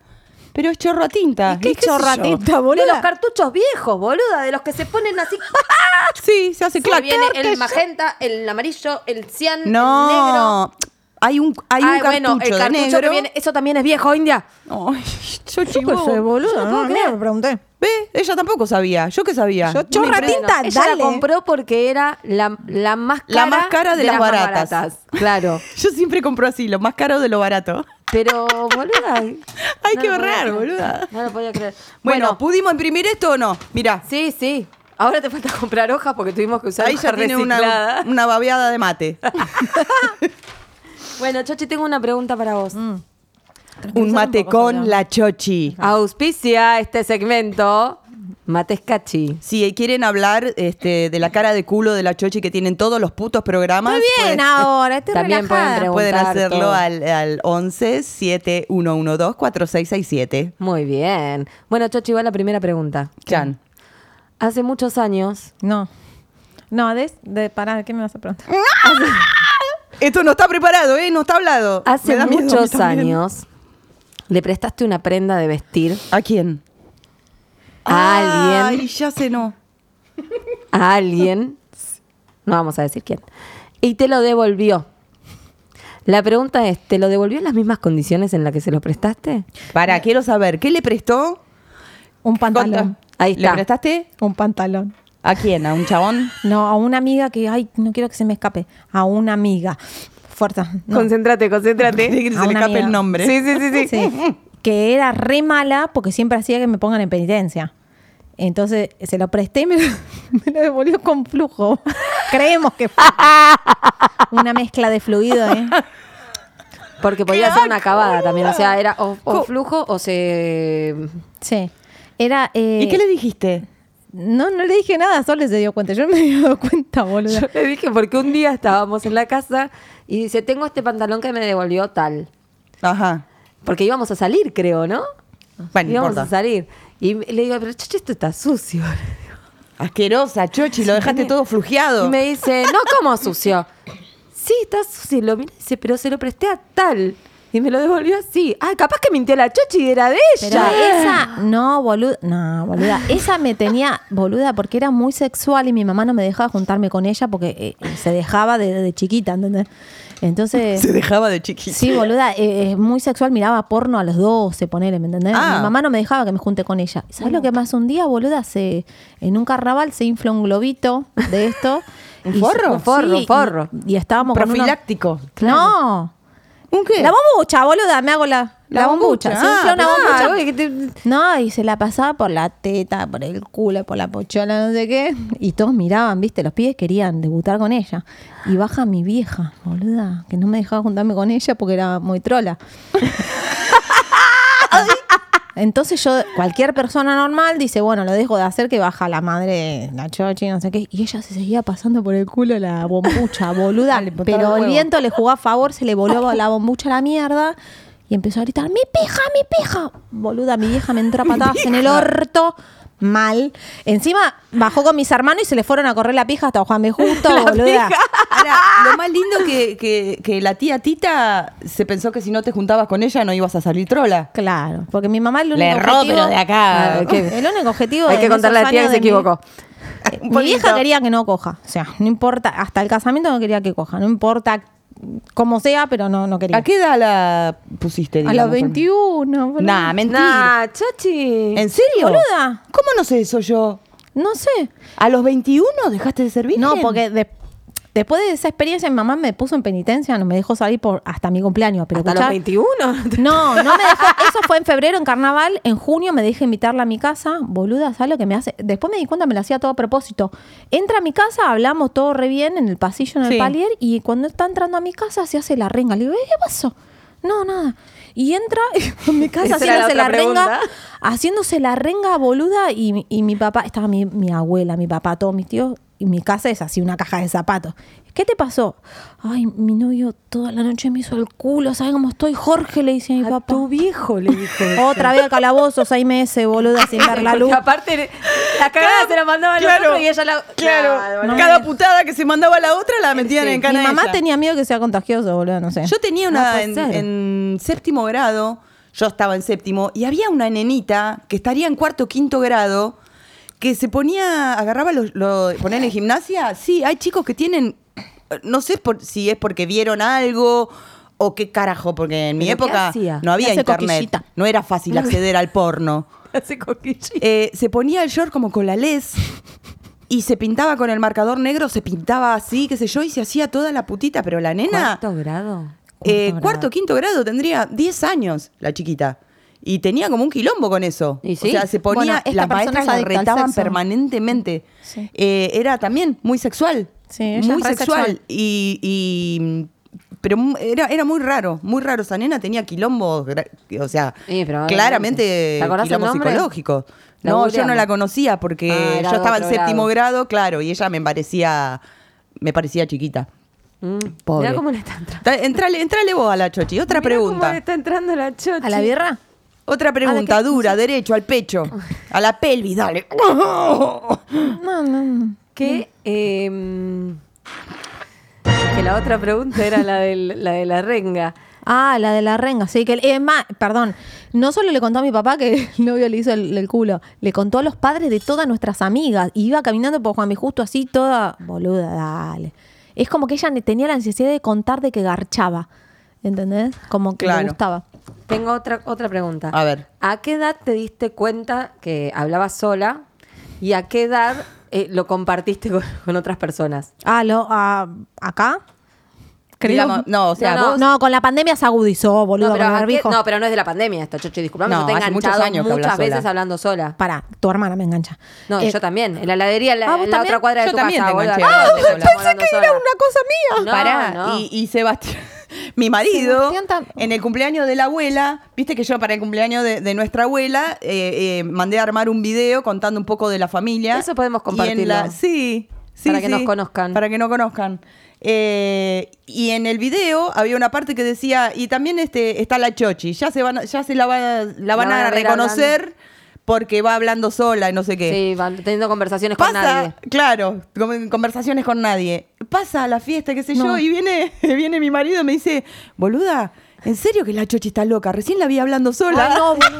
D: Pero es chorro a tinta.
E: ¿Qué,
D: ¿Y sé
E: chorra
D: yo?
E: tinta,
C: de los
E: boluda?
C: cartuchos viejos, boluda, de los que se ponen así. ¡Ah!
D: Sí, [LAUGHS] se hace
C: Se
D: clac.
C: viene
D: Corte,
C: el magenta, el amarillo, el cian, el negro.
D: No. Hay un, hay un
C: Ay,
D: cartucho,
C: Ah, bueno, el
D: de
C: cartucho
D: negro.
C: que viene, eso también es viejo, India.
D: Ay, yo
E: Yo qué sé,
D: chivo.
E: boluda. No,
C: puedo
E: mira,
C: creer.
E: me pregunté.
D: Ve, ella tampoco sabía. ¿Yo qué sabía?
E: Yo chorra
D: Me impre-
E: tinta.
C: Bueno, ella
E: dale.
C: la compró porque era la, la más cara.
D: La más cara de las
C: más
D: baratas.
C: Claro.
D: [LAUGHS] Yo siempre compro así, lo más caro de lo barato. [LAUGHS]
C: Pero, boluda.
D: Hay
C: no
D: que
C: lo podía
D: ahorrar,
C: creer.
D: boluda.
C: No lo podía creer.
D: Bueno,
C: Bueno,
D: ¿pudimos imprimir esto o no? Mirá,
C: sí, sí. Ahora te falta comprar hojas porque tuvimos que usar
D: ahí
C: hojas
D: ya tiene una,
C: recicladas.
D: una babeada
C: [LAUGHS]
D: de mate.
C: Bueno, Chochi, tengo una pregunta para vos.
D: Mm. un mate con la chochi.
C: Auspicia este segmento Mates Cachi.
D: Si quieren hablar este, de la cara de culo de la chochi que tienen todos los putos programas,
E: Muy bien
D: pueden-
E: ahora, estoy
C: También pueden
E: relajada.
C: preguntar.
D: pueden
C: todo.
D: hacerlo al, al 11 7112 4667.
C: Muy bien. Bueno, Chochi, va la primera pregunta.
D: Chan.
C: Hace muchos años.
E: No. No, de, de pará, ¿qué me vas a preguntar?
D: Esto no está preparado, ¿eh? No está hablado. Me
C: Hace
D: da miedo a mí
C: muchos
D: también.
C: años le prestaste una prenda de vestir
D: ¿A quién?
C: a
D: Ay,
C: alguien,
D: ya se no.
C: a alguien, no vamos a decir quién, y te lo devolvió. La pregunta es, ¿te lo devolvió en las mismas condiciones en las que se lo prestaste?
D: Para, quiero saber, ¿qué le prestó?
E: Un pantalón.
D: Conta.
C: Ahí
D: ¿Le
C: está.
D: prestaste?
E: Un pantalón.
D: ¿A quién? ¿A un chabón?
E: No, a una amiga que, ay, no quiero que se me escape. A una amiga. Fuerza. no.
C: Concéntrate, concéntrate.
D: Que [LAUGHS] se
E: A
D: le
E: una
D: escape
E: amiga.
D: el nombre.
C: Sí, sí, sí, sí.
D: [LAUGHS]
E: Sí. Que era re mala porque siempre hacía que me pongan en penitencia. Entonces se lo presté y me lo, [LAUGHS] me lo devolvió con flujo. [LAUGHS] Creemos que fue una mezcla de fluido, ¿eh?
D: [LAUGHS]
C: Porque podía ser una acabada también, o sea, era o, o flujo o se... [LAUGHS]
E: Sí. Era. eh,
D: ¿Y qué le dijiste?
E: No, no le dije nada, solo se dio cuenta. Yo no me había dado cuenta, boludo.
C: Yo le dije porque un día estábamos en la casa y dice, tengo este pantalón que me devolvió tal.
D: Ajá.
C: Porque íbamos a salir, creo, ¿no?
D: Bueno, no
C: íbamos
D: importa.
C: a salir. Y le digo, pero Chochi, esto está sucio.
D: Asquerosa, Chochi, lo dejaste todo
C: Y
D: flujeado.
C: me dice, no, ¿cómo sucio? Sí, está sucio. Y Lo mira y dice, pero se lo presté a tal. Y me lo devolvió así. Ah, capaz que mintió la Chochi y era de
E: Pero
C: ella.
E: esa, no, boluda, no, boluda, esa me tenía, boluda, porque era muy sexual y mi mamá no me dejaba juntarme con ella porque eh, se dejaba desde chiquita, ¿entendés? Entonces,
D: Se dejaba de chiquita.
E: sí, boluda, eh, es muy sexual, miraba porno a los 12, ponele, ¿me entendés?
D: Ah.
E: Mi mamá no me dejaba que me junte con ella. ¿Sabes lo que más un día, boluda? Se, en un carnaval se infla un globito de esto.
D: [LAUGHS] ¿Un
E: y se-
D: forro?
C: Un forro,
E: sí,
C: un forro.
E: Y, y estábamos con unos-
D: Profiláctico.
E: No.
D: ¿Un qué?
E: La bombucha, boluda, me hago la,
D: La
E: la,
D: bombucha,
E: bombucha. Se infla
D: ah,
E: una
D: claro.
E: bombucha.
C: oye, que [LAUGHS] te-
E: No, y se la pasaba por la teta, por el culo, por la pochola, no sé qué. Y todos miraban, viste, los pibes querían debutar con ella. Y baja mi vieja, boluda, que no me dejaba juntarme con ella porque era muy trola. Entonces yo, cualquier persona normal dice, bueno, lo dejo de hacer que baja la madre, la chochi, no sé qué. Y ella se seguía pasando por el culo la bombucha, boluda.
D: [LAUGHS] Le botaba
E: Pero
D: el
E: el
D: huevo.
E: viento le jugó a favor, se le voló la bombucha a la mierda. Y empezó a gritar, mi pija, mi pija. Boluda, mi vieja me entró a patadas en el orto. Mal. Encima bajó con mis hermanos y se le fueron a correr la pija hasta Juan B. Justo, boluda.
D: Ahora, lo más lindo que, que, que la tía Tita se pensó que si no te juntabas con ella no ibas a salir trola.
E: Claro, porque mi mamá el único
D: Le erró,
E: objetivo-
D: pero de acá.
C: Claro, que-
E: El único objetivo
C: Hay que
E: en
C: contarle a
E: esos
C: la tía que
E: años
C: se
E: de mi-
C: equivocó.
E: Eh,
D: Un
E: Mi
D: poquito.
E: vieja quería que no coja. O sea, no importa. Hasta el casamiento no quería que coja. No importa cómo sea, pero no, no quería.
D: ¿A qué edad la pusiste?
E: A los 21. boluda.
D: Nah, mentira.
C: Nah, Chochi.
D: ¿En serio?
E: Boluda.
D: ¿Cómo no sé eso yo?
E: No sé.
D: ¿A los 21 dejaste de servir?
E: No, porque de- después de esa experiencia, mi mamá me puso en penitencia. No me dejó salir por hasta mi cumpleaños. Pero
C: Hasta los
E: escuchá,
C: 21.
E: No,
C: [LAUGHS]
E: no me dejó. Eso fue en febrero, en carnaval. En junio me dejé invitarla a mi casa. Boluda, ¿sabes lo que me hace? Después me di cuenta, me lo hacía todo a propósito. Entra a mi casa, hablamos todo re bien en el pasillo, en el
D: Sí.
E: palier. Y cuando está entrando a mi casa, se hace la renga. Le digo, "Eh, ¿qué pasó? No, nada. Y entra [LAUGHS] en mi casa
C: Esa era la
E: haciéndose la,
C: otra
E: renga,
C: pregunta.
E: haciéndose la renga boluda y, mi- y mi papá, estaba mi, mi abuela, mi papá, todos mis tíos, y mi casa es así, una caja de zapatos. ¿Qué te pasó? Ay, mi novio toda la noche me hizo el culo, ¿sabes cómo estoy? Jorge le dice a mi
G: A
E: papá.
G: tu viejo le dijo. eso.
E: Otra vez al calabozo, seis meses, boluda, sin ver la
C: Porque
E: luz.
C: aparte, la cagada se la mandaba a nosotros y ella la.
D: Claro.
C: Nah,
D: Cada
C: [LAUGHS]
D: putada que se mandaba a la otra la metían en
E: Mi
D: cana
E: mamá
D: ella.
E: tenía miedo que sea contagioso, boludo, no sé.
D: Yo tenía
E: ¿Eh? No
D: una
E: puede
D: en,
E: ser.
D: en séptimo grado, yo estaba en séptimo, y había una nenita que estaría en cuarto quinto grado que se ponía, agarraba los, lo- ponían en gimnasia. Sí, hay chicos que tienen, no sé por- si es porque vieron algo o qué carajo, porque en mi
C: ¿Pero qué
D: época
C: hacía?
D: no había
E: Hace
D: internet,
E: coquillita.
D: no era fácil acceder al porno.
C: Hace coquillita.
D: Eh, se ponía el short como con la les y se pintaba con el marcador negro, se pintaba así, qué sé yo, y se hacía toda la putita, pero la nena...
C: ¿Cuarto grado?
D: Eh,
E: Cuarto grado.
D: cuarto, quinto grado tendría 10 años la chiquita. Y tenía como un quilombo con eso.
C: Y
D: O
C: sí.
D: sea, se
E: Bueno,
D: ponía,
E: esta
D: las
E: persona
D: maestras
E: es
D: la
E: adicta al
D: retaban
E: sexo.
D: permanentemente.
E: Sí.
D: Eh, era también muy sexual.
E: Sí, ella
D: muy
E: es re
D: sexual.
E: sexual.
D: Y, y- pero mu- era, era muy raro, muy raro. Esa nena tenía quilombo, gra- o sea,
C: Sí, probablemente.
D: claramente
C: ¿Te acordás el
D: quilombo
C: nombre?
D: psicológico.
C: La
D: No, yo
C: googleamos.
D: no la conocía porque
C: Ah, era
D: yo estaba en
C: de otro
D: séptimo
C: grado.
D: grado, claro, y ella me parecía, me parecía chiquita.
C: Pobre. Mirá cómo le está entrando.
D: Ta- Entrale, entrale vos a la Chochi. Otra
G: Mirá cómo
D: pregunta.
G: le está entrando la chocha.
E: ¿A la birra?
D: Otra pregunta,
E: que-
D: dura, derecho, al pecho. A la
G: [LAUGHS]
D: pelvis, dale.
E: No, no, no.
C: Que. eh, que la otra pregunta era la, del, la de la renga.
E: Ah, la de la renga, sí. Que, es más, perdón, no solo le contó a mi papá que [LAUGHS] el novio le hizo el, el culo, le contó a los padres de todas nuestras amigas. Y iba caminando por Juan B. Justo así, toda boluda, dale. Es como que ella ne- tenía la necesidad de contar de que garchaba. ¿Entendés? Como que le
D: Claro.
E: gustaba.
C: Tengo otra, otra pregunta.
D: A ver.
C: ¿A qué edad te diste cuenta que hablabas sola y a qué edad eh, lo compartiste con, con otras personas?
E: Ah, lo, ah, ¿acá? Creo.
D: Digamos, no, o sea,
E: no,
D: vos-
E: no, con la pandemia se agudizó, boludo,
C: no, pero
E: con el
C: ¿a qué-
E: barbijo.
C: no, pero no es de la pandemia esta, Chochi, disculpame,
D: No,
C: yo te he
D: hace muchos
C: enganchado
D: años que
C: muchas
D: hablas
C: veces
D: sola.
C: hablando sola.
E: Pará, tu hermana me engancha.
C: No,
E: Eh,
C: yo
E: [LAUGHS]
C: también. En la heladería, en la,
E: Ah, ¿vos
C: en la
E: también?
C: otra cuadra de
D: Yo
C: tu
D: también
C: casa.
D: te
C: boluda,
D: enganché.
C: no,
D: Ah,
C: te
D: pensé
C: escuchamos hablando sola.
E: cosa
C: No,
D: Pará.
C: no.
D: Y, y Sebastián, [LAUGHS] mi marido,
E: Sebastián tam-
D: en el cumpleaños de la abuela, viste que yo para el cumpleaños de, de nuestra abuela eh, eh, mandé a armar un video contando un poco de la familia.
C: Eso podemos
D: Y en
C: compartirlo.
D: la- sí, sí,
C: Para que
D: sí.
C: nos conozcan.
D: Para que no conozcan. Eh, y en el video había una parte que decía, y también este, está la chochi, ya se, van, a- ya se la, va- la
C: van
D: van a,
C: a ver
D: reconocer porque va hablando sola y no sé qué.
C: Sí, van teniendo conversaciones con nadie.
D: Pasa, claro, como en conversaciones con nadie. Pasa a la fiesta, qué sé yo, y viene, [LAUGHS] viene mi marido y me dice, boluda, ¿en serio que la chochi está loca? Recién la vi hablando sola. [LAUGHS]
E: Ay, no, boludo.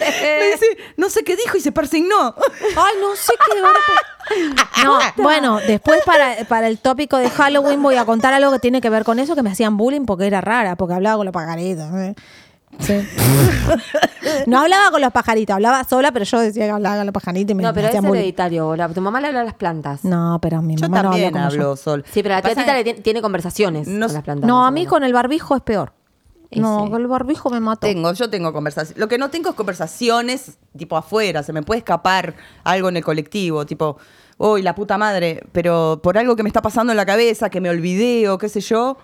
D: me dice, no sé qué dijo y se persignó.
E: Ay, no sé qué de verdad. [LAUGHS] No, bueno, después para, para el tópico de Halloween voy a contar algo que tiene que ver con eso, que me hacían bullying porque era rara, porque hablaba con los pajaritos. ¿eh?
C: [LAUGHS]
E: Sí. No hablaba con los pajaritos, hablaba sola, pero yo decía que hablaba con los pajaritos y me,
C: No, pero
E: me
C: es
E: hacían bullying.
C: hereditario, boluda. Tu mamá le habla a las plantas.
E: No, pero mi
D: Yo
E: mamá no
D: también
E: habló como
D: hablo
E: yo.
D: sol.
C: Sí, pero la
D: Pasa-
C: tía Tita le tiene, tiene conversaciones
D: No
C: con
D: sé.
C: las plantas.
E: No,
C: más
E: a
C: o
E: mí
C: menos.
E: con el barbijo es peor.
C: Y
E: No,
C: sí.
E: con el barbijo me mató.
D: Tengo, yo tengo conversaciones. Lo que no tengo es conversaciones tipo afuera, se me puede escapar algo en el colectivo, tipo, uy, la puta madre, pero por algo que me está pasando en la cabeza, que me olvidé o qué sé yo,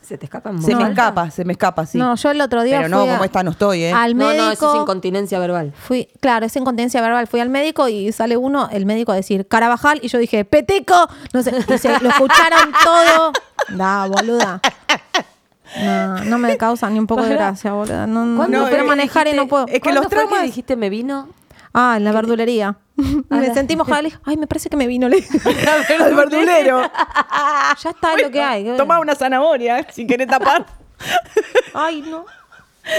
C: Se te escapan
D: se
C: mucho.
D: me escapa, se me escapa, sí.
E: No, yo el otro día
D: Pero no,
E: fui a-
D: como esta no estoy, ¿eh?
E: al
C: No,
E: médico.
C: no, eso es incontinencia verbal.
E: Fui, claro, es incontinencia verbal. Fui al médico y sale uno, el médico a decir Carabajal, y yo dije, Peteco. No sé, y se- lo escucharon todo. Da, boluda. No, no me causa ni un poco de
C: Pará.
E: gracia, boluda. No, no,
C: ¿Cuándo
E: no
D: fue
E: quiero
D: que
E: manejar y
D: dijiste-
E: no puedo.
D: Es que
C: ¿Cuándo
D: los
C: fue
D: traumas-
C: dijiste me vino?
E: Ah, en la verdulería. me
C: Ahora.
E: sentí mojada. le dije, Ay, me parece que me vino. le dije.
D: al verdulero.
E: ya está lo que hay. qué
D: Tomá
E: bueno.
D: una zanahoria si querés [LAUGHS] tapar.
E: Ay, no.
D: Ah,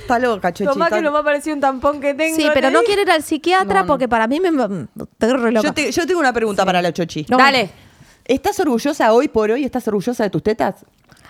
D: Está loca, chochi.
C: Tomá
D: está-
C: que lo más parecido un tampón que tengo.
E: Sí, pero
C: te
E: no
C: dije.
E: quiero ir al psiquiatra porque para mí me. Estoy re loca.
D: yo, te- yo tengo una pregunta para la chochi.
E: No.
C: Dale.
D: ¿Estás orgullosa hoy por hoy? ¿Estás orgullosa de tus tetas?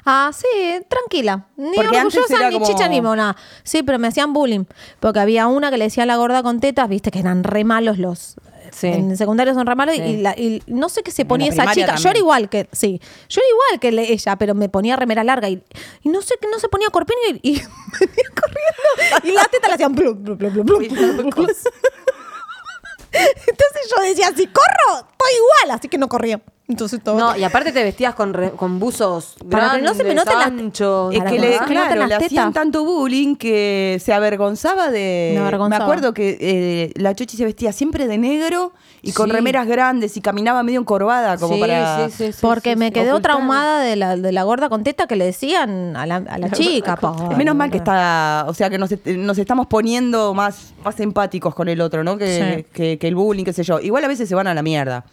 E: Ah, sí, tranquila. Ni
D: Porque antes
E: orgullosa,
D: era
E: ni
D: como-
E: chicha, ni mona. Sí, pero me hacían bullying. Porque había una que le decía a la gorda con tetas, viste, que eran re malos los.
C: Sí.
E: En el secundario son re malos.
C: Sí.
E: Y, la- y no sé qué se ponía
D: la
E: esa
D: primaria
E: chica. Yo era
D: también.
E: igual que. Sí. Yo era igual que le- ella, pero me ponía remera larga. Y, y no sé qué, no se ponía corpiño y, [LAUGHS] y venía corriendo. Y las tetas le hacían. plum, plum, plum, plum, plum, plum, plum. [LAUGHS] Entonces yo decía, si corro, estoy igual. Así que no corría. Entonces todo.
C: No, y aparte te vestías con, re- con buzos
E: Para que no se me
C: grandes,
E: noten las-
C: anchos.
E: Es
D: Es
E: Para
D: que
E: que
D: le,
E: no se noten
D: claro,
E: las
D: le hacían
E: tetas.
D: tanto bullying que se avergonzaba de.
E: Me avergonzaba.
D: Me acuerdo que eh, la Chochi se vestía siempre de negro y con
C: Sí.
D: remeras grandes y caminaba medio encorvada, como
C: Sí,
D: para.
C: sí, sí, sí,
E: Porque
C: sí,
E: me
C: sí.
E: quedé
C: Ocultar.
E: traumada de la, de la gorda con teta que le decían a la, a la chica. pobre.
D: Menos mal que está, o sea que nos, est- nos estamos poniendo más, más empáticos con el otro, ¿no? Que,
E: Sí.
D: que- que el bullying, qué sé yo. Igual a veces se van a la mierda.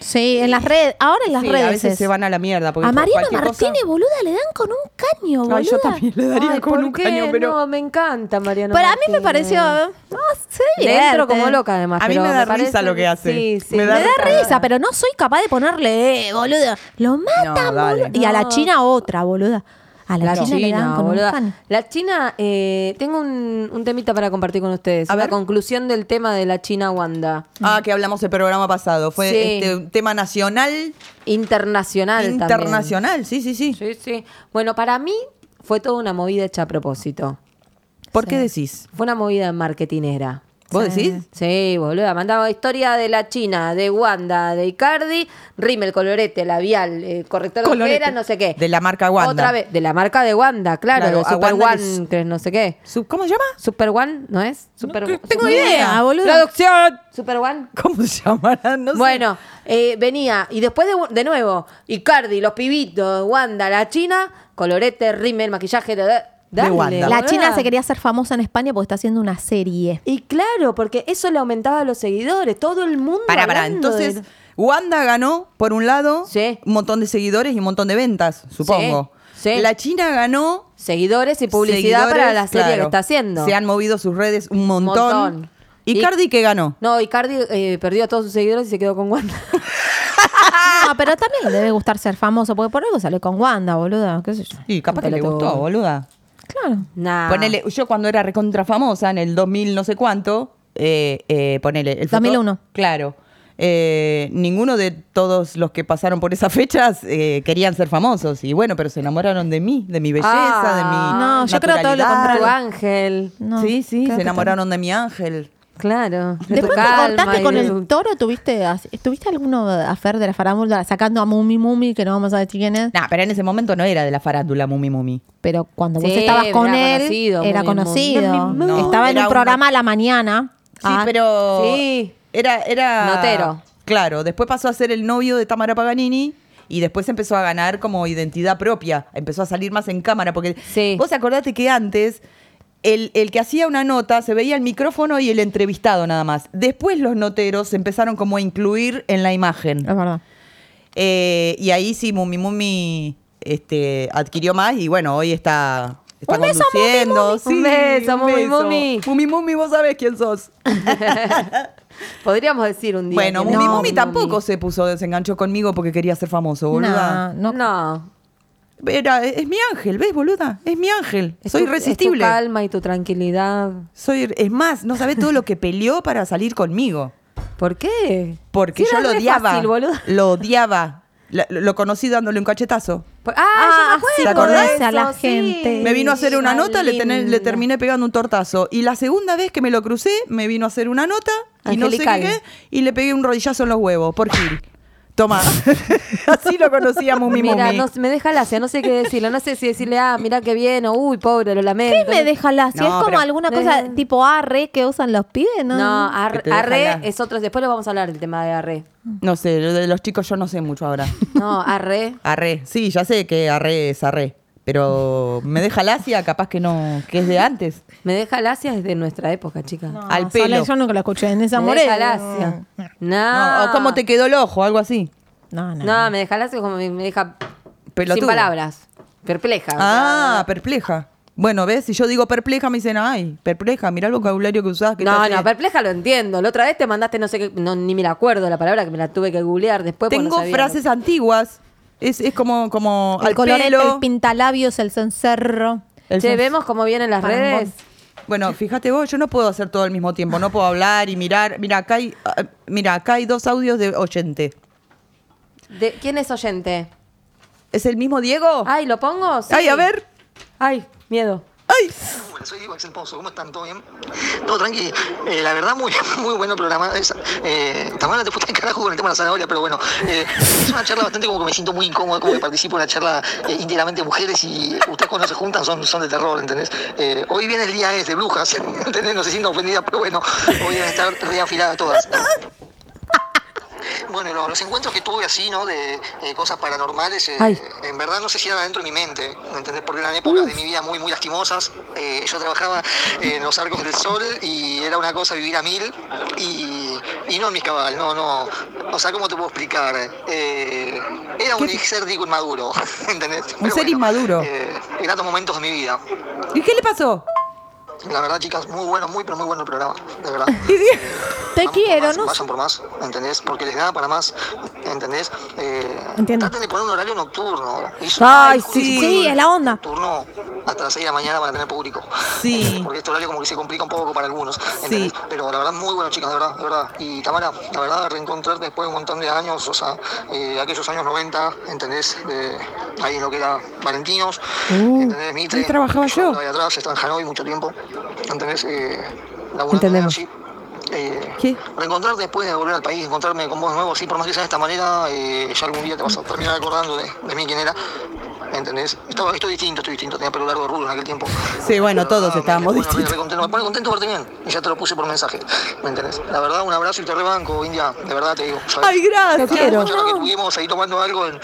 E: Sí, en las redes. Ahora en las
D: Sí,
E: redes.
D: a veces
E: es.
D: se van a la mierda. Porque
E: A Mariana
D: cualquier cosa-
E: Martínez, boluda, le dan con un caño, boluda.
D: Ay, yo también le daría
C: Ay,
D: con
C: ¿por
D: un
C: qué?
D: caño, pero.
C: No, me encanta Mariana
E: [LAUGHS] Para mí me
C: Martínez.
E: pareció. No, se
C: Le entro
E: divierte.
C: como loca además.
D: A mí
C: pero
D: me da risa
C: parece-
D: lo que hace.
C: Sí, sí.
D: Me
E: Me da
D: risa.
E: risa, pero no soy capaz de ponerle, eh, boluda. Lo matan,
D: dale.
E: boluda. Y a la China otra, boluda. A la
C: La
E: China, le dan
C: China,
E: con
C: boluda.
E: un caño.
C: La China, eh, tengo un, un temita para compartir con ustedes.
D: A
C: la
D: ver.
C: conclusión del tema de la China Wanda.
D: Ah, que hablamos el programa pasado. Fue
C: Sí.
D: este, un tema nacional,
C: Internacional. también.
D: internacional. Sí, sí, sí.
C: Sí, sí. Bueno, para mí fue toda una movida hecha a propósito.
D: ¿Por qué decís?
C: Fue una movida marketinera.
D: ¿Vos decís?
C: Sí, boluda. Mandaba historia de la China, de Wanda, de Icardi, Rimmel, colorete, labial, eh, corrector de
D: Colorete.
C: ojeras, no sé qué.
D: De la marca Wanda.
C: Otra vez, de la marca de Wanda, claro,
D: Claro,
C: de
D: a
C: Super
D: Wanda
C: One,
D: les-
C: que no sé qué.
D: Su- ¿Cómo se llama?
C: Super One, ¿no es? Super,
E: tengo
C: Super-
E: idea, boluda.
C: Traducción. Super One.
D: ¿Cómo se llamará? No sé.
C: Bueno, eh, venía, y después de, de nuevo, Icardi, los pibitos, Wanda, la China, colorete, rímel, maquillaje, da- da- dale,
D: Wanda.
E: La
C: boluda.
E: China se quería hacer famosa en España porque está haciendo una serie.
C: Y claro, porque eso le aumentaba a los seguidores, todo el mundo.
D: Para, para.
C: hablando de-
D: Entonces, Wanda ganó, por un lado,
C: Sí.
D: un montón de seguidores y un montón de ventas, supongo.
C: Sí, sí.
D: La China ganó
C: Seguidores y publicidad
D: seguidores,
C: para la serie
D: claro.
C: que está haciendo.
D: Se han movido sus redes un montón.
C: Montón.
D: ¿Y
C: Y-
D: Cardi qué ganó?
C: No, Icardi eh, perdió a todos sus seguidores y se quedó con
D: [LAUGHS]
C: Wanda.
E: No, pero también le debe gustar ser famoso, porque por algo salió con Wanda, boluda. ¿Qué sé yo?
D: Y capaz que le
C: pelotudo.
D: gustó, boluda.
E: Claro.
C: Nah.
D: Ponele, yo cuando era recontra famosa, en el 2000 no sé cuánto, eh, eh, ponele. El foto-
E: 2001.
D: Claro. Eh, ninguno de todos los que pasaron por esas fechas eh, querían ser famosos. Y bueno, pero se enamoraron de mí, de mi belleza,
C: Ah,
D: de mi.
E: no, yo creo todo lo
D: naturalidad.
C: Tu
E: contrario.
C: ángel.
E: No,
D: sí, sí,
E: creo
D: se
E: que
D: enamoraron de mi ángel.
C: Claro. de tu
E: Después que
C: calma
E: cortaste
C: y
E: con
C: de
E: el
C: tu-
E: toro, ¿tuviste, as- ¿tuviste alguno afer de la farándula sacando a Mumi Mumi, que no vamos a decir quién es?
D: Nah, pero en ese momento no era de la farándula Mumi Mumi.
E: Pero cuando vos
C: Sí,
E: estabas
C: era
E: con él,
C: conocido,
E: era
C: Mumi Mumi.
E: conocido.
D: Mumi Mumi.
E: Estaba en
D: Era
E: un
D: uno-
E: programa a la mañana.
D: Sí,
E: Ah,
D: pero.
C: sí.
D: Era, era.
C: Notero.
D: Claro, después pasó a ser el novio de Tamara Paganini y después empezó a ganar como identidad propia. Empezó a salir más en cámara. Porque
C: Sí.
D: vos acordate que antes. El, el que hacía una nota se veía el micrófono y el entrevistado nada más. Después los noteros se empezaron como a incluir en la imagen.
C: Ah.
E: Es verdad.
D: Eh, y ahí sí, Mumi Mumi este, adquirió más y bueno, hoy está, está
E: Un beso,
D: conduciendo.
E: Mumi Mumi.
D: Sí,
C: Un beso, Mumi Mumi.
D: Mumi Mumi, vos sabés quién sos.
C: Podríamos decir un día.
D: bueno,
C: que
D: Mumi
C: no,
D: Mumi tampoco se puso, desenganchó conmigo porque quería ser famoso, boluda.
E: No, no.
C: No.
D: Era- es mi ángel, ¿ves, boluda? Es mi ángel.
C: Es
D: Soy
C: tu- es
D: irresistible.
C: tu calma y tu tranquilidad.
D: Soy, es más, no sabés todo lo que peleó para salir conmigo.
C: ¿Por qué?
D: Porque
C: Si
D: yo
C: era
D: lo
C: re
D: odiaba.
C: fácil, boludo.
D: lo odiaba. La- Lo, lo conocí dándole un cachetazo.
C: Por- Ah,
E: Ah, sí,
C: yo me acuerdo
D: conoce
C: de
E: a la
C: eso, sí.
E: gente.
D: Me vino a hacer una
C: Ay,
D: nota, le, tené- le
C: linda.
D: terminé pegando un tortazo. Y la segunda vez que me lo crucé, me vino a hacer una nota y no sé
C: Angelical.
D: qué, qué, y le pegué un rodillazo en los huevos, por Gil.
C: [LAUGHS]
D: Toma. Así lo conocía Mumi
C: Mira,
D: Mumi.
C: no- me deja lacia, no sé qué decirle. No sé si decirle, ah, mira qué bien, o uy, pobre, lo lamento.
E: ¿Qué me deja la si
D: No,
E: Es como
D: pero-
E: alguna cosa
C: Eh.
E: tipo arre que usan los pibes, ¿no?
C: No,
D: Que
C: ar-
D: te deja
C: arre
D: la-
C: es otro. Después lo vamos a hablar del tema de arre.
D: No sé, lo de los chicos yo no sé mucho ahora.
C: No, arre.
D: [LAUGHS] Arre. Sí, ya sé que arre es arre. Pero me deja lacia, capaz que no, que es de antes.
C: Me deja lacia desde nuestra época, chica.
E: No,
D: al
E: Sole,
D: pelo.
E: Yo nunca la escuché en esa
C: me deja
E: morena.
C: lacia.
D: No,
C: No.
D: o cómo te quedó el ojo, algo así.
E: No, no.
C: No, me deja lacia como me, me deja sin
D: Pelotudo.
C: palabras. Perpleja. o sea,
D: Ah, perpleja. Bueno, ¿ves? Si yo digo perpleja, me dicen, ay, perpleja, mirá el vocabulario que usás. que te
C: No,
D: hace-
C: no, perpleja lo entiendo. La otra vez te mandaste, no sé qué, no, ni me la acuerdo la palabra que me la tuve que googlear después. porque no
D: Tengo
C: sabía.
D: frases antiguas. Es, es como, como
E: El
D: al
E: colorete,
D: pelo.
E: el pintalabios, el cencerro.
D: el
C: Che,
D: sos-
C: vemos cómo vienen las
E: Parangón.
C: redes.
D: Bueno, fíjate vos, yo no puedo hacer todo al mismo tiempo. No puedo hablar y mirar. Mira, acá hay, ah, mira, acá hay dos audios de oyente.
C: De, ¿Quién es oyente?
D: ¿Es el mismo Diego?
C: Ay, ¿lo pongo? Sí.
D: Oh. Ay, a ver.
C: Ay, miedo.
D: ¡Ay, ¡Ay!
F: Hola, soy Diego Axel Pozo, ¿cómo están? ¿Todo bien? Todo tranqui. Eh, la verdad, muy, [LAUGHS] muy bueno el programa. Es, eh, Tamara te fuiste en carajo con el tema de la zanahoria, pero bueno, eh, es una charla bastante como que me siento muy incómoda, como que participo en una charla eh, íntegramente de mujeres y ustedes cuando se juntan son, son de terror, ¿entendés? Eh, hoy viene el día es de brujas, [LAUGHS] ¿entendés? No se sientan ofendidas, pero bueno, hoy van a estar reafiladas todas. Bueno, lo- los encuentros que tuve así, ¿no? De eh, cosas paranormales, eh,
C: Ay.
F: en verdad no se cierran adentro de mi mente, ¿me entendés? Porque eran épocas de mi vida muy, muy lastimosas. Eh, yo trabajaba en los arcos del sol y era una cosa vivir a mil y, y no en mis cabal, no, no. O sea, ¿cómo te puedo explicar? Eh, era un ser digo inmaduro, [LAUGHS] ¿entendés?
D: Un ser inmaduro.
F: eh, gratos momentos de mi vida.
D: ¿Y qué le pasó?
F: La verdad, chicas, muy bueno, muy, pero muy bueno el programa, de verdad.
E: Te
F: Vamos por
E: quiero,
F: más,
E: ¿no?
F: Vayan por más, ¿entendés? Porque les da para más, ¿entendés? Eh,
E: Entiendo.
F: Traten de poner un horario nocturno. Y su-
D: Ay,
F: Disculpen,
D: sí.
E: Sí, es la onda.
F: Nocturno hasta las 6 de la mañana para tener público.
D: Sí.
F: Porque este horario como que se complica un poco para algunos, ¿entendés?
D: Sí.
F: Pero la verdad, muy bueno, chicas, de verdad, de verdad. Y Tamara, la verdad, reencontrarte después de un montón de años, o sea, eh, aquellos años 90, ¿entendés? De, ahí en lo que era Valentinos, ¿entendés? Mitre.
D: Uh, ahí trabajaba yo.
F: andaba ahí atrás, estaba en Hanoi mucho tiempo, ¿entendés? Eh, laburando
D: Entendemos.
F: allí. Eh,
D: ¿Qué?
F: Reencontrarte después de volver al país, encontrarme con vos de nuevo, así por más que sea de esta manera, eh, ya algún día te vas a terminar acordando de, de mí quién era. ¿Entendés? Estaba, estoy distinto, estoy distinto, tenía pelo largo rubio en aquel tiempo.
D: Sí, bueno,
F: Pero,
D: todos
F: ah, me-
D: estábamos
F: bueno, me-
D: distintos.
F: me contento- Me pone contento verte bien, y ya te lo puse por mensaje, ¿me entendés? La verdad, un abrazo y te rebanco, India, de verdad te digo. ¿sabes?
D: ¡Ay, gracias!
G: Lo quiero.
F: Mucho lo que estuvimos ahí tomando algo en,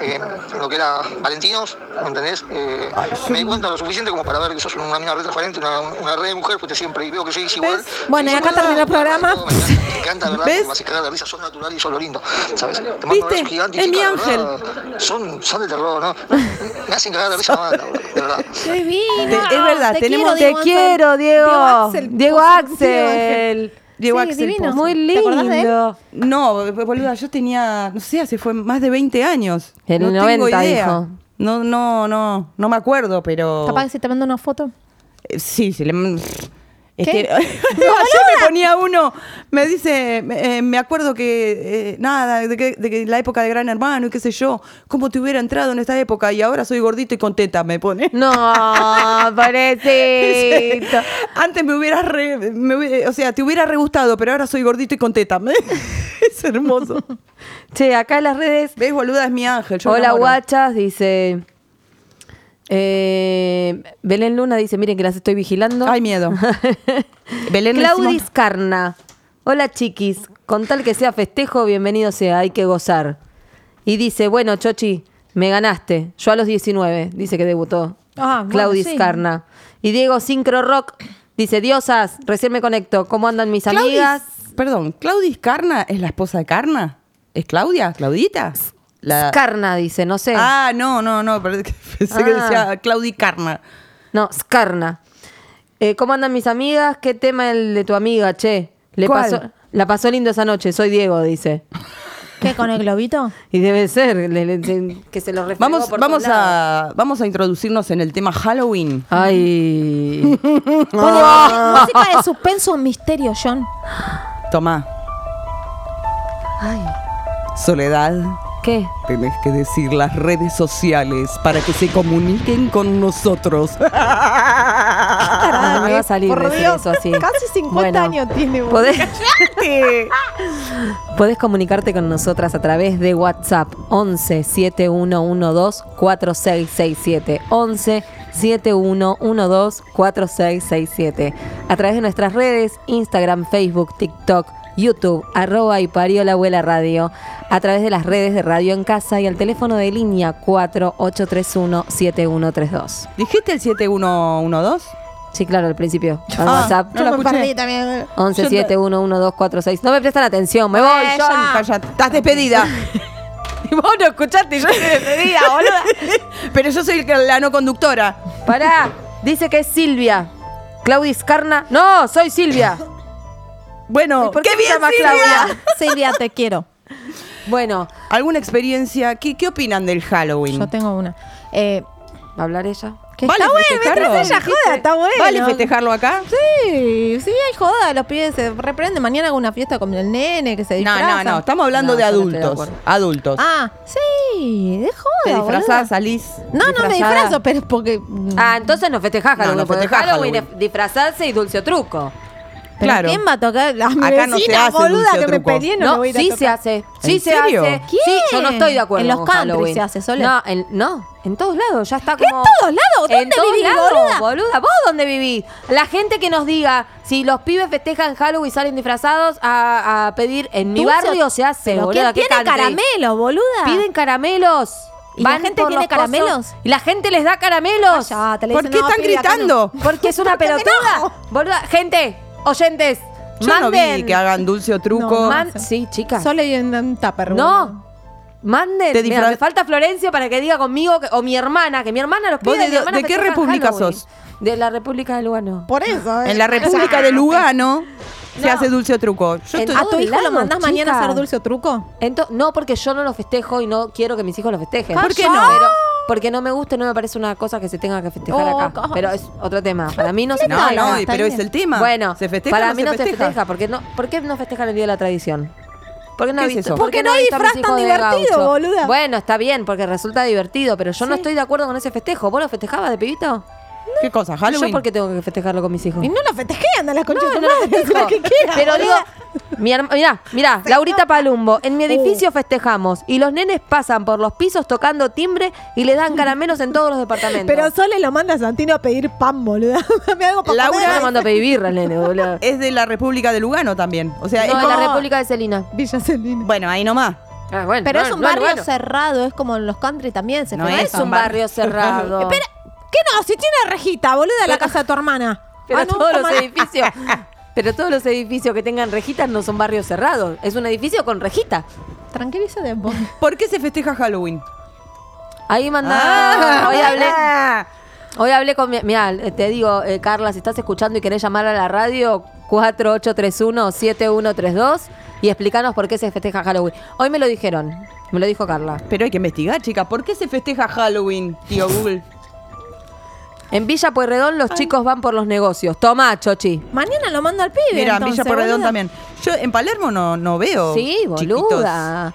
F: en- en lo que era Valentinos, ¿me entendés? Eh, me di cuenta lo suficiente como para ver que sos una mina re transparente, una, una re de mujer, pues te siempre y veo que sois igual.
E: ¿Ves? Bueno, y acá termina el programa.
F: Me encanta, me encanta, ¿verdad?
D: ¿Ves?
F: Me vas a cagar de risa, son natural y son lo lindo, ¿sabes? Te mando un
D: ¿Viste?
F: abrazo gigante,
D: Es mi
F: chicas, de verdad, Son, son de terror, ¿no? Me hacen cagar de risa, la banda, boludo, de verdad.
E: Qué divina.
D: Te- es verdad, tenemos-
C: Te quiero, Diego. Diego
E: por favor,
C: Axel.
D: Diego
E: Sí,
D: Axel
E: divino.
D: Pozo.
C: Muy
E: ¿Te acordás de él?
C: lindo.
D: No, boluda, yo tenía, no sé, hace fue más de 20 años.
C: En
D: no
C: el 90
D: tengo idea.
C: dijo.
D: No, no, no, no me acuerdo, pero...
E: Capaz que se te manda una foto.
D: Eh, Sí, sí. Le... Es
E: ¿Qué?
D: que- [LAUGHS]
E: No,
D: ayer me ponía uno, me dice, me- eh, me acuerdo que eh, nada, de que, de que la época de Gran Hermano y qué sé yo, cómo te hubiera entrado en esta época y ahora soy gordito y con teta, me pone. [LAUGHS]
C: No, [LAUGHS] pobrecito.
D: Antes me hubieras, re- me hubie- o sea, te hubiera re gustado, pero ahora soy gordito y con teta. me- [LAUGHS] es hermoso.
C: Che, acá en las redes
D: [LAUGHS] ¿Ves, boluda? Es mi ángel. yo
C: Hola
D: enamoro.
C: guachas, dice. eh, Belén Luna dice, miren que las estoy vigilando. [LAUGHS]
D: Ay, miedo. Belén
C: Claudis
D: decimos-
C: Carna. Hola chiquis, con tal que sea festejo, bienvenido sea, hay que gozar. Y dice, bueno, Chochi, me ganaste. Yo a los 19, dice que debutó.
E: Ah, bueno,
C: Claudis
E: sí.
C: Carna. Y Diego Sincro Rock dice, diosas, recién me conecto. ¿Cómo andan mis
D: Claudis-
C: amigas?
D: Perdón, ¿Claudis Carna es la esposa de Carna? ¿Es Claudia? ¿Claudita? La...
C: Carna, dice, no sé.
D: Ah, no, no, no, pero es que [LAUGHS] pensé que
C: Ah.
D: decía Claudi Carna.
C: No, Scarna. Eh, ¿Cómo andan mis amigas? ¿Qué tema el de tu amiga, che? Le
D: ¿Cuál?
C: pasó- la pasó lindo esa noche, soy Diego, dice.
E: ¿Qué, con el globito?
C: Y debe ser le- le- se- que se lo refregó
D: Vamos,
C: por
D: vamos,
C: todos lados.
D: a, vamos a introducirnos en el tema Halloween.
C: Ay.
E: Ponele música de suspenso un misterio, John.
D: [LAUGHS] Tomá.
C: Ay.
D: Soledad,
C: ¿Qué?
D: tenés que decir las redes sociales para que se comuniquen
C: [LAUGHS]
D: con nosotros.
C: Ah, me va a salir
E: Por
C: decir
E: Dios,
C: eso así.
E: casi 50 años tiene, boludo.
C: Podés, podés comunicarte con nosotras a través de WhatsApp 11 7112 4667. 11 7112 4667. A través de nuestras redes, Instagram, Facebook, TikTok, YouTube, arroba y parió la abuela radio. A través de las redes de Radio en Casa y al teléfono de línea 4831 7132.
D: ¿Dijiste el 7112?
C: Sí, claro, al principio. Al
D: Ah,
C: WhatsApp.
D: no la escuché.
E: también.
C: 11 7 1 1 2 4 6. No me prestan atención, me voy.
D: Ay, John, callate. Ah,
C: [LAUGHS]
D: Estás despedida.
C: Y vos no escuchaste, yo te despedida, boluda.
D: Pero yo soy la no conductora.
C: Pará, dice que es Silvia. Claudis Carna. No, soy Silvia.
D: Bueno,
C: ¿Por
D: qué,
C: qué me
D: bien,
C: llamas
D: Silvia.
C: Claudia?
E: Silvia, te quiero.
C: Bueno,
D: ¿Alguna experiencia? ¿Qué, qué opinan del Halloween?
E: Yo tengo una. Eh,
C: ¿va a hablar ella?
E: Que
D: ¿Vale
E: está bueno,
D: festejarlo?
E: mientras ella joda, está bueno.
D: ¿Vale festejarlo acá?
E: Sí, sí, hay joda, los pibes se reprenden. Mañana hago una fiesta con el nene que se
D: No,
E: disfraza.
D: no, no. Estamos hablando
C: No,
D: de
C: yo no estoy de
D: adultos.
C: acuerdo.
D: adultos.
E: Ah, sí, de joda,
D: Te disfrazás,
E: boluda.
D: salís.
E: No, no me
D: disfrazada.
E: disfrazo, pero es porque... mm,
C: Ah, entonces no festejás
D: No,
C: Halloween.
D: no
C: porque
D: festejás
C: Halloween
D: Halloween.
C: es disfrazarse y dulce o truco.
E: ¿pero
D: claro.
E: ¿Quién va a tocar? Las
D: Acá no se
E: vecinas,
D: hace
E: boluda,
D: dulce o
E: que me
D: truco.
E: peleé, no,
C: No,
E: me voy a ir a
C: sí
E: tocar.
C: se hace. Sí
D: ¿En
C: se
D: serio?
C: hace.
E: ¿Quién?
C: Sí, yo no estoy de acuerdo.
E: En los
C: con
E: country
C: Halloween.
E: se hace, Sole.
C: No, en, no, en todos lados. Ya está
E: ¿Qué en
C: como.
E: todos lados? ¿Dónde
C: en todos
E: vivís,
C: lados,
E: boluda?
C: ¿Vos dónde vivís? La gente que nos diga si los pibes festejan Halloween y salen disfrazados a, a pedir en mi
E: Dulce o-
C: barrio se hace,
E: ¿Pero
C: boluda.
E: ¿Quién
C: ¿qué
E: tiene
C: country?
E: caramelo, boluda?
C: Piden caramelos.
E: ¿Y la
C: Van
E: gente
C: por
E: tiene
C: los cosos.
E: caramelos? Ah,
C: Y la gente les da caramelos.
E: Cállate, le
D: ¿Por
E: dicen,
D: qué
E: "No,
D: están
E: pibe, acá
D: gritando?
E: no".
C: Porque es
E: [LAUGHS]
C: una
E: Porque me
C: pelotuda.
E: enojo.
C: Boluda, gente, oyentes,
D: Yo
C: manden.
D: no vi que hagan dulce o truco.
E: No,
C: man- sí, chicas.
E: Solo y en, en tupper, boluda.
C: No. Manden.
D: Te
C: Mira,
D: disfraz-
C: me falta Florencia para que diga conmigo que- o mi hermana, que mi hermana los
D: ¿Vos
C: pide.
D: de-
C: mi hermana
D: de qué
C: festeja
D: república
C: Halloween.
D: sos?
C: De la República de Lugano.
E: Por eso. eh.
D: En la República de Lugano se hace dulce o truco. Yo
C: En- Ah,
D: estoy-
E: ¿A tu hijo
C: lados,
E: lo mandás mañana a
C: chicas.
E: hacer dulce o truco?
C: Ento- no, porque yo no los festejo y no quiero que mis hijos los festejen.
E: ¿Por qué no?
C: Pero- porque no me gusta, no me parece una cosa que se tenga que festejar
E: Oh,
C: acá.
E: cos-
C: Pero es otro tema. Para mí no se
D: No,
E: Está
D: no,
E: bien, está
D: pero
E: bien.
D: es el tema.
C: Bueno,
D: ¿Se festeja o
C: para
D: no
C: mí
D: se
C: no se
D: festeja?
C: festeja. porque no, ¿Por qué no festejan el Día de la Tradición? ¿Por qué no,
D: ¿Qué
C: he
D: es
C: visto,
D: eso?
C: por
E: Porque
C: qué
E: no
C: he visto a mis
E: disfraz tan
C: hijos de
E: divertido,
C: gaucho?
E: boluda.
C: Bueno, está bien, porque resulta divertido, pero yo no
E: Sí.
C: estoy de acuerdo con ese festejo. ¿Vos lo festejabas de pibito?
D: ¿Qué cosa? ¿Halloween?
C: Yo porque tengo que festejarlo con mis hijos.
E: Y no lo festejean a las conchas
C: No,
E: de tu
C: no lo
E: madre,
C: festejo.
E: [LAUGHS] la que quiera,
C: Pero digo,
E: boluda.
C: mi herma- mirá, mirá, Laurita Palumbo, en
D: Uh.
C: mi edificio festejamos y los nenes pasan por los pisos tocando timbre y le dan caramelos en todos los departamentos.
E: Pero Sole lo manda a Santino a pedir pan, boluda. [LAUGHS] Me hago pan.
D: Laura-
C: Yo le mando a pedir birra al nene, boludo.
D: Es de la República de Lugano también. O
C: No,
D: sea, [LAUGHS] es
C: de
D: como-
C: la República de Celina.
E: [LAUGHS] Villa Celina.
D: Bueno, ahí nomás.
C: Ah, bueno,
E: Pero
C: no,
E: es un
C: no,
E: barrio
C: bueno.
E: cerrado, es como en los country también se
D: No
E: festeja.
C: Es un barrio cerrado.
E: Espera, ¿qué no? Si tiene rejita, boluda, la casa de tu hermana.
C: [LAUGHS] Pero
E: Ah, no,
C: todos
E: ¿cómo
C: los
E: no?
C: edificios. Pero todos los edificios que tengan rejitas no son barrios cerrados. Es un edificio con rejita.
E: [LAUGHS] Tranquilízate vos.
D: ¿Por qué se festeja Halloween?
C: Ahí manda.
D: Ah,
C: hoy hablé.
D: ah.
C: Hoy hablé con mi. Mirá, eh, te digo, eh, Carla, si estás escuchando y querés llamar a la radio, 4831-7132 y explicanos por qué se festeja Halloween. Hoy me lo dijeron. Me lo dijo Carla.
D: Pero hay que investigar, chica. ¿Por qué se festeja Halloween, tío Google?
C: En Villa Pueyrredón los chicos van por los negocios. Tomá, Chochi.
E: Mañana lo mando al pibe.
D: Mira, en Villa
E: entonces,
D: Porredón
E: boluda.
D: también. Yo en Palermo no, no veo.
C: Sí,
D: chiquitos.
C: boluda.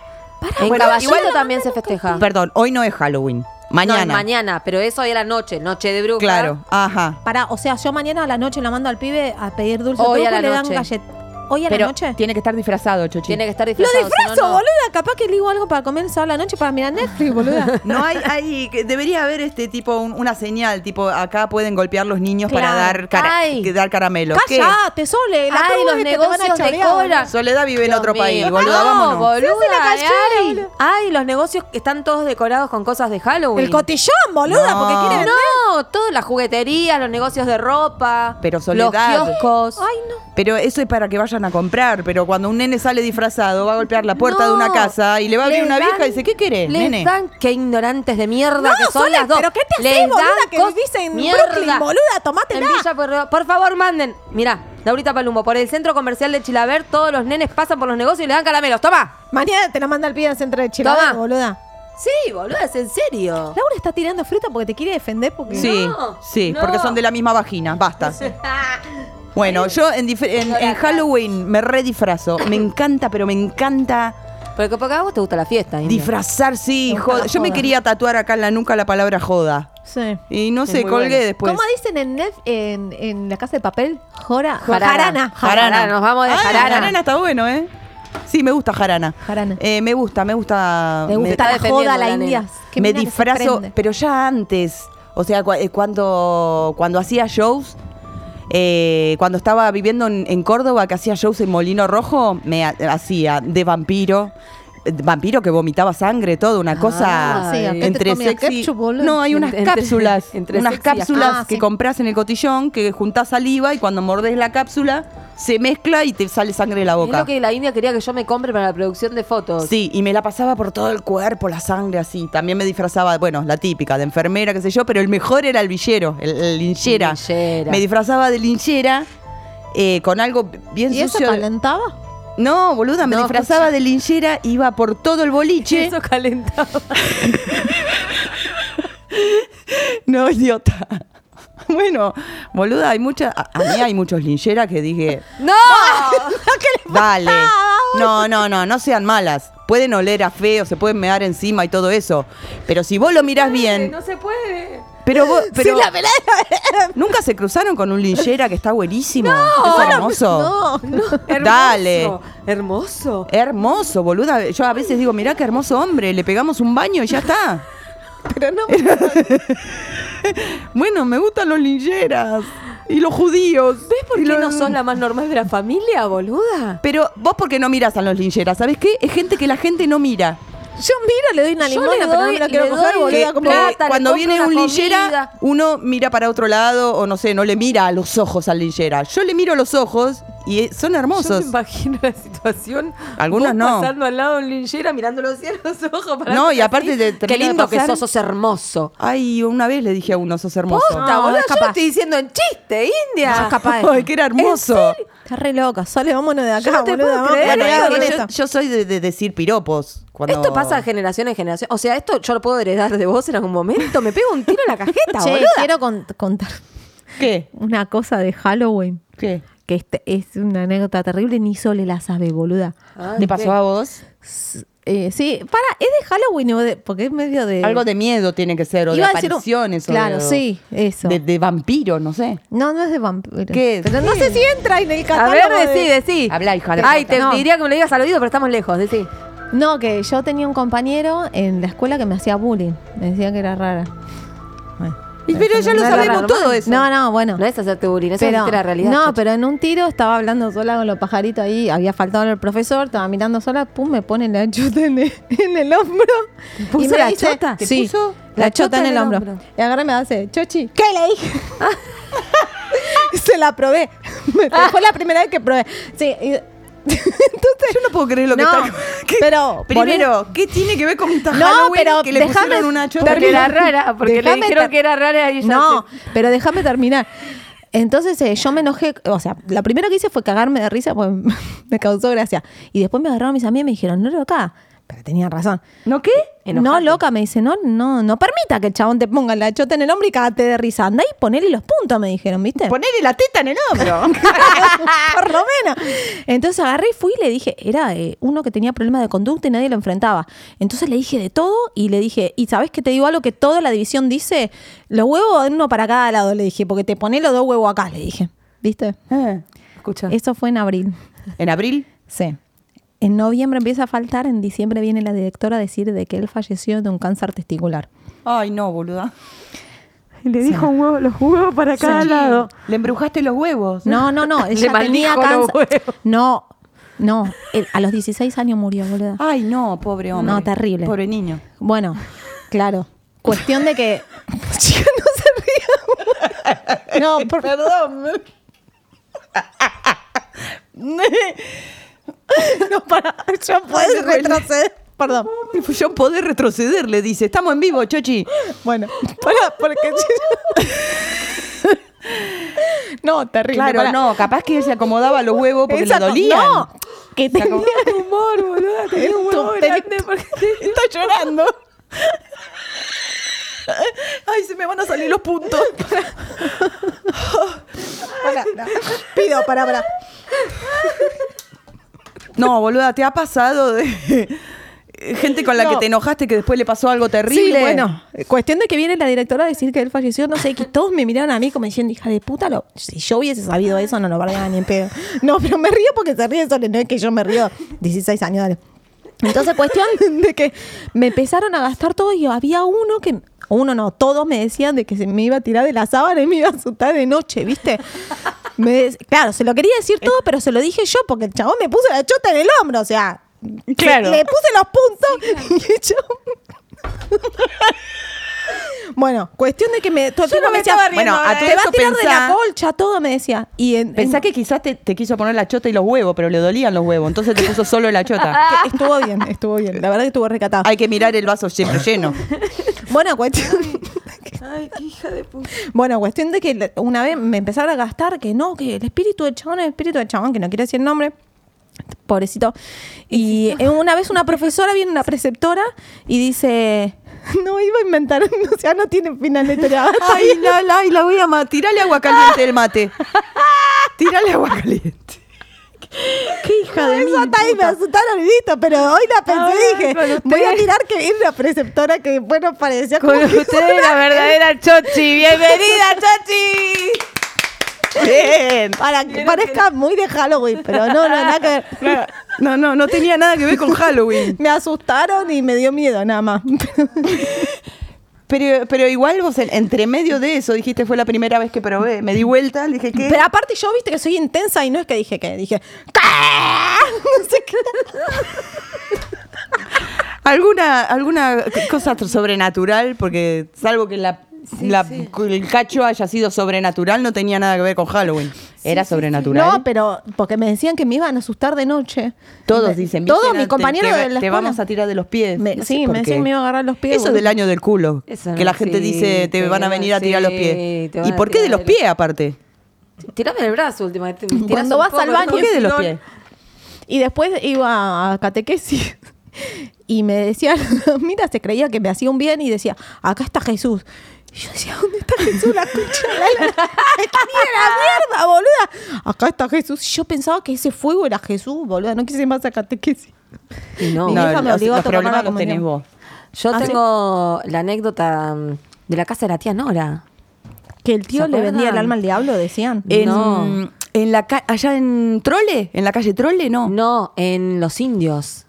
C: en
D: bueno,
C: Caballito
D: igual-
C: también se festeja.
D: Perdón, hoy no es Halloween.
C: No,
D: Mañana.
C: es mañana, pero eso hoy a la noche, noche de bruja.
D: Claro, ajá.
E: Pará, o sea, yo mañana a la noche lo mando al pibe a pedir dulce
C: Hoy
E: truco
C: a la
E: y le dan
C: noche.
E: gallet- ¿Hoy a
D: Pero
E: la noche?
D: tiene que estar disfrazado, Chochi.
C: Tiene que estar
E: Lo
C: disfrazado. si no,
E: disfrazo,
C: no.
E: boluda. Capaz que le digo algo para comer el sábado a la noche para mirar Netflix,
C: [LAUGHS]
E: boluda.
D: No hay, hay que debería haber este tipo un- una señal, tipo acá pueden golpear los niños para
E: Claro.
D: dar cara,
C: Ay.
D: que dar caramelos. ¿Qué?
E: Cállate, Sole. La
C: Ay,
E: promo
C: los
E: es que te van a
C: negocios de
E: chorear, boluda.
C: Cora.
D: Soledad vive en
C: Dios
D: otro
C: mío.
D: país, boluda,
C: no,
D: vámonos.
C: boluda,
E: Se hace la
C: eh,
E: callada,
C: ay,
E: boluda.
C: Ay, los negocios que están todos decorados con cosas de Halloween.
E: El cotillón, boluda,
D: No.
E: porque quieren.
C: No, todas las jugueterías, los negocios de ropa,
D: Pero Soledad.
C: los kioscos.
E: Ay, no.
D: Pero eso es para que vayan a comprar, pero cuando un nene sale disfrazado va a golpear la puerta de una
C: No.
D: casa y le va a abrir
C: Les
D: una
C: dan-
D: vieja y dice, "¿Qué querés,
C: les
D: nene?"
C: dan, qué ignorantes de mierda
E: No,
C: que son
E: Sole,
C: las dos.
E: pero ¿qué te
C: Les
E: hacés, boluda,
C: dan
E: que
C: cos-
E: vivís en
C: mierda.
E: Brooklyn, boluda? Tomátela.
C: En Villa Pueyrredón. Por favor, manden. Mirá, Laurita Palumbo, por el centro comercial de Chilaver, todos los nenes pasan por los negocios y le dan caramelos. ¡Toma!
E: Mañana te la manda al pibe al centro de Chile,
C: Toma.
E: boluda.
C: Sí, boluda, es en serio.
E: Laura está tirando fruta porque te quiere defender porque.
D: Sí,
C: No,
D: sí,
C: no.
D: porque son de la misma vagina, basta. Bueno, yo en, dif- en- en Halloween me redisfrazo. Me encanta, pero me encanta
C: Porque, porque a vos te gusta la fiesta. India.
D: disfrazar, sí,
E: Me gusta la
D: joda. Yo me
E: joda.
D: quería tatuar acá en la nuca la palabra joda.
E: Sí.
D: Y no sé,
C: muy
D: colgué
C: bueno.
D: después.
E: ¿Cómo dicen en, Nef- en, en la casa de papel? Jora.
C: Jarana.
E: Jarana.
C: Jarana. Nos vamos de
D: Ah,
C: jarana.
D: Jarana está bueno, ¿eh? Sí, me gusta jarana.
E: Jarana.
D: Eh, me gusta, me gusta.
E: Me
D: me-
E: gusta
C: está
E: la joda,
C: defendiendo
E: la
C: la
E: india.
C: nena.
E: Qué
D: me
E: mina que se
D: disfrazo,
E: prende.
D: pero ya antes, o sea, cu- eh, cuando, cuando hacía shows, eh, cuando estaba viviendo en, en Córdoba, que hacía shows en Molino Rojo, me ha- hacía de vampiro, eh, vampiro que vomitaba sangre, todo,
E: Ah,
D: una cosa
C: sí, ¿a qué
E: te
D: entre
E: comías?
D: sexy.
E: ¿Este Ketchup, boludo.
D: no, hay unas
C: Entre-
E: [LAUGHS]
D: cápsulas,
C: entre
D: unas
C: sexy y
D: cápsulas
E: asco. Ah,
D: que
E: sí.
D: compras en el cotillón, que juntás saliva y cuando mordés la cápsula se mezcla y te sale sangre de la
C: Es
D: boca.
C: lo que la India quería que yo me compre para la producción de fotos.
D: Sí, y me la pasaba por todo el cuerpo, la sangre así. También me disfrazaba, bueno, la típica, de enfermera, qué sé yo, pero el mejor era el villero, el, el linchera.
C: Linchera.
D: Me disfrazaba de linchera eh, con algo bien
E: ¿Y eso
D: sucio.
E: calentaba?
D: No, boluda, me
C: No,
D: disfrazaba de linchera, iba por todo el boliche.
C: Eso calentaba.
D: No, idiota. [LAUGHS] Bueno, boluda, hay muchas. A, a mí hay muchos lincheras
C: [LAUGHS]
D: que dije.
C: ¡No!
D: Dale. No, no, no, no sean malas. Pueden oler a feo, se pueden mear encima y todo eso. Pero si vos lo mirás bien.
C: [LAUGHS] No se puede.
D: Pero vos. Pero
E: Sí, la verdad, la verdad.
D: Nunca se cruzaron con un linchera que está buenísimo. es hermoso.
E: No, no.
D: Dale.
G: Hermoso.
D: Hermoso, boluda. Yo a veces digo, mirá qué hermoso hombre, le pegamos un baño y ya está.
E: [LAUGHS] Pero no.
D: [LAUGHS] Bueno, me gustan los lincheras y los judíos.
G: ¿Ves por qué no sos la más normal de la familia, boluda?
D: Pero vos porque no miras a los lincheras, ¿sabés qué? Es gente que la gente no mira.
E: Yo miro, le doy una
C: Yo
E: limona,
C: le
E: pero no
C: doy-
E: me la quiero
C: le
E: coger,
C: doy
E: boluda.
C: que-
E: Como...
C: plata,
D: Eh,
C: le
D: cuando
C: compro
D: viene
C: una
D: un linchera,
C: comida.
D: uno mira para otro lado o no sé, no le mira a los ojos al linchera. Yo le miro a los ojos y eh, son
G: Yo me
D: hermosos.
G: imagino la situación.
D: Algunos
G: vos
D: no.
G: Pasando al lado de un linchera, mirándolo hacia los ojos. para
D: No, y
G: hacer
D: aparte
G: así.
D: te termina
C: Qué
D: de
C: lindo que
D: pasar.
C: sos, sos hermoso.
D: Ay, una vez le dije a uno, sos hermoso.
C: Posta, boluda,
E: No, no es
C: yo lo
E: capaz.
C: estoy diciendo en chiste, India.
E: No sos
C: [LAUGHS]
E: capaz.
D: Ay, que era hermoso.
E: Está re loca. Sale, vámonos de acá,
G: no te
E: boluda.
G: puedo
E: vamos,
G: creer,
E: vamos,
D: Bueno,
G: Pero
E: vamos,
D: yo-
E: con
D: yo,
E: esto.
D: yo soy de, de decir piropos. Cuando...
C: Esto pasa de generación en generación. O sea, esto yo lo puedo heredar de vos en algún momento. Me pego un tiro en la
D: [LAUGHS]
C: cajeta,
E: Che,
C: boluda.
E: quiero con- contar
D: ¿Qué?
E: una cosa de Halloween.
D: ¿Qué?
E: Que este- es una anécdota terrible, ni Sole la sabe, boluda.
C: Ah,
D: ¿Te pasó a vos?
E: Eh, sí, para, ¿es de Halloween o de- Porque es medio de...
D: Algo de miedo tiene que ser, o de
E: Eh, Iba a decir un-
D: apariciones. o
E: Claro,
D: de-
E: sí, eso.
D: De, de vampiro, no sé.
E: No, no es de vampiro.
D: ¿Qué?
E: Pero no
D: ¿Qué?
E: sé si entra en el
C: A
E: catálogo
C: ver,
E: de-
C: decí, decí.
D: Habla, hija de
C: Ay,
D: puta.
C: te
E: No.
C: diría que me lo digas al oído, pero estamos lejos, decí.
E: No, que yo tenía un compañero en la escuela que me hacía bullying. Me decía que era rara. Bueno,
D: Y pero ya
C: no
D: lo
C: era
D: sabemos
C: normal.
D: todo eso.
E: No, no, bueno.
C: No es hacerte bullying, eso
E: Pero-
C: es la realidad.
E: No,
C: chacho.
E: pero en un tiro estaba hablando sola con los pajaritos ahí, había faltado el profesor, estaba mirando sola, pum, me pone la chota en el, [LAUGHS] en el hombro.
C: puso
E: me
C: la chota? ¿Te
E: Sí,
C: puso
E: la, chota en el, hombro. Y agarra y me hace, Chochi, ¿qué le dije? [LAUGHS] Se la probé. [LAUGHS] Me- Fue la primera vez que probé. Sí, y- [LAUGHS] entonces...
D: Yo no puedo creer lo [LAUGHS] que
E: No,
D: está. ¿Qué?
E: pero,
D: Primero, ¿qué tiene que ver con esta
E: No,
D: Halloween
E: pero
D: que le
E: déjame
D: pusieron una chota?
E: terminar.
G: Porque era rara, porque le
E: Déjame
G: dijeron
E: ter-
G: que era rara y ella
E: No, pero déjame terminar. Entonces eh, yo me enojé, o sea, lo primero que hice fue cagarme de risa, pues [LAUGHS] me causó gracia. Y después me agarraron mis amigas y me dijeron, no loca, pero tenían razón.
D: ¿No qué?
E: No loca, me dice, no, no, no permita que el chabón te ponga la chota en el hombro y cagate de risa. Anda y ponele los puntos, me dijeron, ¿viste?
D: Ponerle la teta en el
E: [LAUGHS]
D: hombro.
E: Por lo menos. Entonces agarré y fui y le dije, era eh, uno que tenía problemas de conducta y nadie lo enfrentaba. Entonces le dije de todo y le dije, ¿y sabes que te digo algo que toda la división dice? Los huevos uno para cada lado, le dije, porque te pones los dos huevos acá, le dije. ¿Viste?
D: Eh,
G: Escucha.
E: Eso fue en abril.
D: ¿En abril?
E: Sí. En noviembre empieza a faltar, en diciembre viene la directora a decir de que él falleció de un cáncer testicular.
D: Ay, no, boluda.
G: [LAUGHS] Le dijo un huevo, los huevos para cada lado.
D: Le embrujaste los huevos.
E: No, no, no.
G: [LAUGHS] Le
E: Ella tenía
G: maldijo los
E: cáncer.
G: huevos.
E: No, no. él- a los 16 años murió, boluda.
D: Ay, no, pobre hombre.
E: No, terrible.
D: Pobre niño.
E: Bueno, claro. Cuestión
D: [LAUGHS]
E: de que. Chica, no se rían. No, por favor.
D: Perdón.
E: [LAUGHS] No, para. Yo puedo retroceder. Perdón.
D: Yo podés retroceder, le dice. Estamos en vivo, Chochi.
E: Bueno, para,
D: [LAUGHS]
E: porque. No, terrible.
D: Claro,
E: pará.
D: no, capaz que él se acomodaba los huevos porque
E: Esa
D: le
E: no-
D: dolían.
E: No, que tenía
G: humor, boluda. Tenía un huevo
E: Tu- tenés-
G: grande
D: [LAUGHS]
G: porque
D: Está llorando. Ay, se me van a salir los [LAUGHS] puntos.
E: Pido, para, para.
D: No, boluda, ¿te ha pasado de [LAUGHS] gente con la que
E: No.
D: te enojaste que después le pasó algo terrible?
E: Sí, bueno, cuestión de que viene la directora a decir que él falleció, no
D: [LAUGHS]
E: sé, que todos me miraron a mí como diciendo, hija de puta, lo, si yo hubiese sabido eso no lo guardaba ni en pedo. No, pero me río porque se ríe Sole, no es que yo me río 16 años, dale. Entonces, cuestión [LAUGHS] de que me empezaron a gastar todo y había uno que, uno no, todos me decían de que se me iba a tirar de la sábana y me iba a asustar de noche, ¿viste? Me des- claro, se lo quería decir todo, pero se lo dije yo porque el chabón me puso la chota en el hombro, o sea,
D: Claro.
E: le puse los puntos [LAUGHS] y el chabón bueno, cuestión de que me. Todo el
D: Yo
E: tiempo
D: no me
E: me decía,
D: estaba riendo,
E: bueno,
D: ahora,
E: te
D: ¿eh?
E: va a
D: Eso
E: tirar de
D: pensá.
E: la colcha, todo me decía. Y en,
D: Pensá
E: en-
D: que quizás te, te quiso poner la chota y los huevos, pero le dolían los huevos, entonces te puso solo la
E: [LAUGHS]
D: chota.
E: que estuvo bien, estuvo bien. La verdad que estuvo recatado.
D: Hay que mirar el vaso siempre lleno.
E: Bueno, cuestión. Bueno, cuestión de que la- una vez me empezaron a gastar que no, que el espíritu del chabón es el espíritu del chabón, que no quiero decir el nombre.
D: [LAUGHS]
E: Pobrecito. Y eh, una vez una profesora viene, una preceptora, y dice. [LAUGHS] No iba a inventar, [LAUGHS] o sea, no tiene final
D: [LAUGHS]
E: la historia.
D: Ay, la, la, ay, la voy a matar. Tirale agua caliente el mate. Tirale agua caliente.
G: ¡Qué hija de mí!
E: Eso hasta ahí me asustaron, y listo, pero hoy la pensé
G: Ahora,
E: y dije,
G: con
E: voy a
G: ustedes.
E: tirar que es la preceptora que después nos parecía
G: Con
E: como que-
G: ustedes la verdadera Chochi.
E: [LAUGHS]
G: ¡Bienvenida, Chochi!
D: Bien.
E: Para que parezca muy de Halloween, pero no, no, nada que ver.
D: Claro. No, no, no tenía nada que ver con Halloween.
E: Me asustaron y me dio miedo, nada más. [LAUGHS]
D: Pero, pero igual vos en- entre medio de eso dijiste fue la primera vez que probé. Me di vuelta, le dije que.
E: Pero aparte yo viste que soy intensa y no es que dije que, dije, "¿Qué?". No sé qué. [LAUGHS]
D: ¿Alguna, alguna c- cosa tr- sobrenatural? Porque salvo que la, la- el cacho haya sido sobrenatural, no tenía nada que ver con Halloween. Era sobrenatural.
E: No, pero porque me decían que me iban a asustar de noche.
D: Todos dicen.
E: Todos,
D: Virginia,
E: mi
D: te-
E: compañero
D: te, va-
E: de la
D: Te
E: escuela.
D: vamos a tirar de los pies.
E: Me- sí, me decían que me iba a agarrar los pies,
D: Eso es
E: boludo.
D: del año del culo.
C: Eso no
D: que la gente dice,
C: existe,
D: te van a venir a tirar los
C: sí,
D: pies.
C: te van
D: ¿Y
C: a
D: por qué de
C: tirar
D: los
C: de
D: pies aparte?
C: Tirame el brazo última vez.
E: Cuando vas al baño,
D: ¿Por qué de los
E: Flor.
D: pies?
E: Y después iba a catequesis [LAUGHS] y me decían, [LAUGHS] mira, se creía que me hacía un bien y decía, acá está Jesús. Y yo decía, ¿dónde está Jesús? La concha de la lora. [LAUGHS] ¡Qué mierda, boluda! Acá está Jesús. Yo pensaba que ese fuego era Jesús, boluda. No quise más a catequesis.
C: No.
E: Mi vieja me
D: los-
E: obligó a
D: los
E: tomar la
D: problemas los
E: comunión.
D: tenés vos.
C: Yo
E: Ah, sí.
C: tengo la anécdota mm, de la casa de la tía Nora.
E: Que el tío
C: ¿Se
E: le
C: acuerdan? Eh,
E: vendía el alma al diablo, decían.
D: En,
C: No.
D: en la ca- allá en Trole, en la calle Trole, no.
C: No, en Los Indios.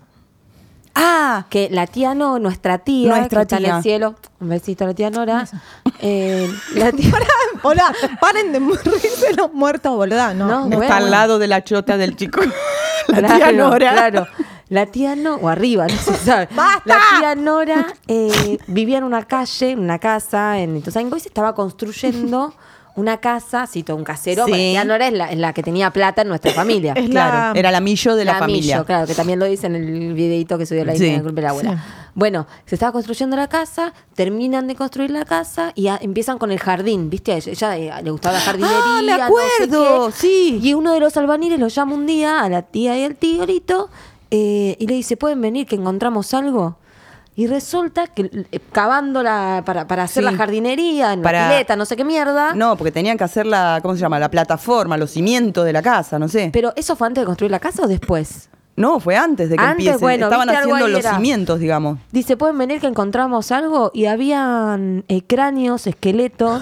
D: Ah,
C: Que la tía no, nuestra tía,
D: Nuestra
C: que está en
D: tía.
C: el cielo. Un besito a la tía Nora. Eh, la
D: [LAUGHS]
E: [LAUGHS]
C: tía [LAUGHS]
E: Hola, paren de morirse los muertos, boluda. No,
C: No,
E: no.
C: bueno.
D: está al lado de la chota del chico. [LAUGHS] la
C: claro,
D: tía Nora.
C: Claro. La tía no, o arriba, no se
D: [LAUGHS]
C: sabe.
E: ¡Basta!
C: La tía Nora eh, vivía en una calle, en una casa, en Ituzaingó, y se estaba construyendo una casa, cito, un casero.
D: Sí.
C: La tía Nora es la, es la que tenía plata en
D: [LAUGHS]
C: nuestra familia.
E: Es
D: Claro,
E: la-
D: [LAUGHS] era la millo de la,
C: Millo,
D: familia.
C: claro, que también lo dice en el videito que subió la
D: Sí.
C: Instagram del grupo de la abuela. Bueno, se estaba construyendo la casa, terminan de construir la casa y a- empiezan con el jardín, ¿viste? A ella, ella, eh, le gustaba la jardinería.
D: Ah, me
C: no sé
D: acuerdo,
C: qué.
D: sí.
C: Y uno de los albaniles lo llama un día a la tía y al tigrito eh, y le dice, ¿pueden venir que encontramos algo? Y resulta que eh, cavando la, para, para hacer
D: Sí.
C: la jardinería, en
D: Para-
C: la pileta, no sé qué mierda.
D: No, porque tenían que hacer la, ¿cómo se llama? La plataforma, los cimientos de la casa, no sé.
C: Pero eso fue antes de construir la casa o después?
D: no, fue antes de que
C: Antes,
D: empiecen.
C: bueno,
D: Estaban
C: viste, algo
D: haciendo
C: ahí
D: los
C: era.
D: cimientos, digamos.
C: Dice, ¿pueden venir que encontramos algo? Y habían eh, cráneos, [LAUGHS] esqueletos.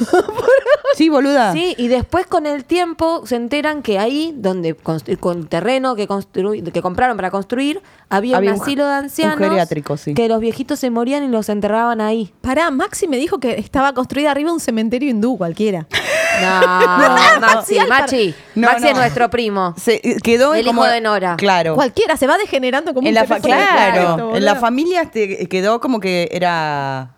D: Sí, boluda.
C: sí, y después con el tiempo se enteran que ahí, donde constru- con terreno que, constru- que compraron para construir, había,
D: Había
C: un
D: un-
C: asilo de
D: un
C: ancianos.
D: geriátrico, sí.
C: Que los viejitos se morían y los enterraban ahí.
E: Pará, Maxi me dijo que estaba construida arriba un cementerio hindú cualquiera.
C: [LAUGHS] No,
E: Maxi,
C: Maxi, Maxi.
D: No,
C: Maxi
D: no.
C: es nuestro primo.
D: Se eh, quedó en
C: El hijo
D: como-
C: de Nora.
D: Claro.
E: Cualquiera, se va degenerando como
D: En
E: un
D: la fa-
E: teléfono de
D: claro,
E: cuarto,
D: en la
E: boluda.
D: familia este, quedó como que era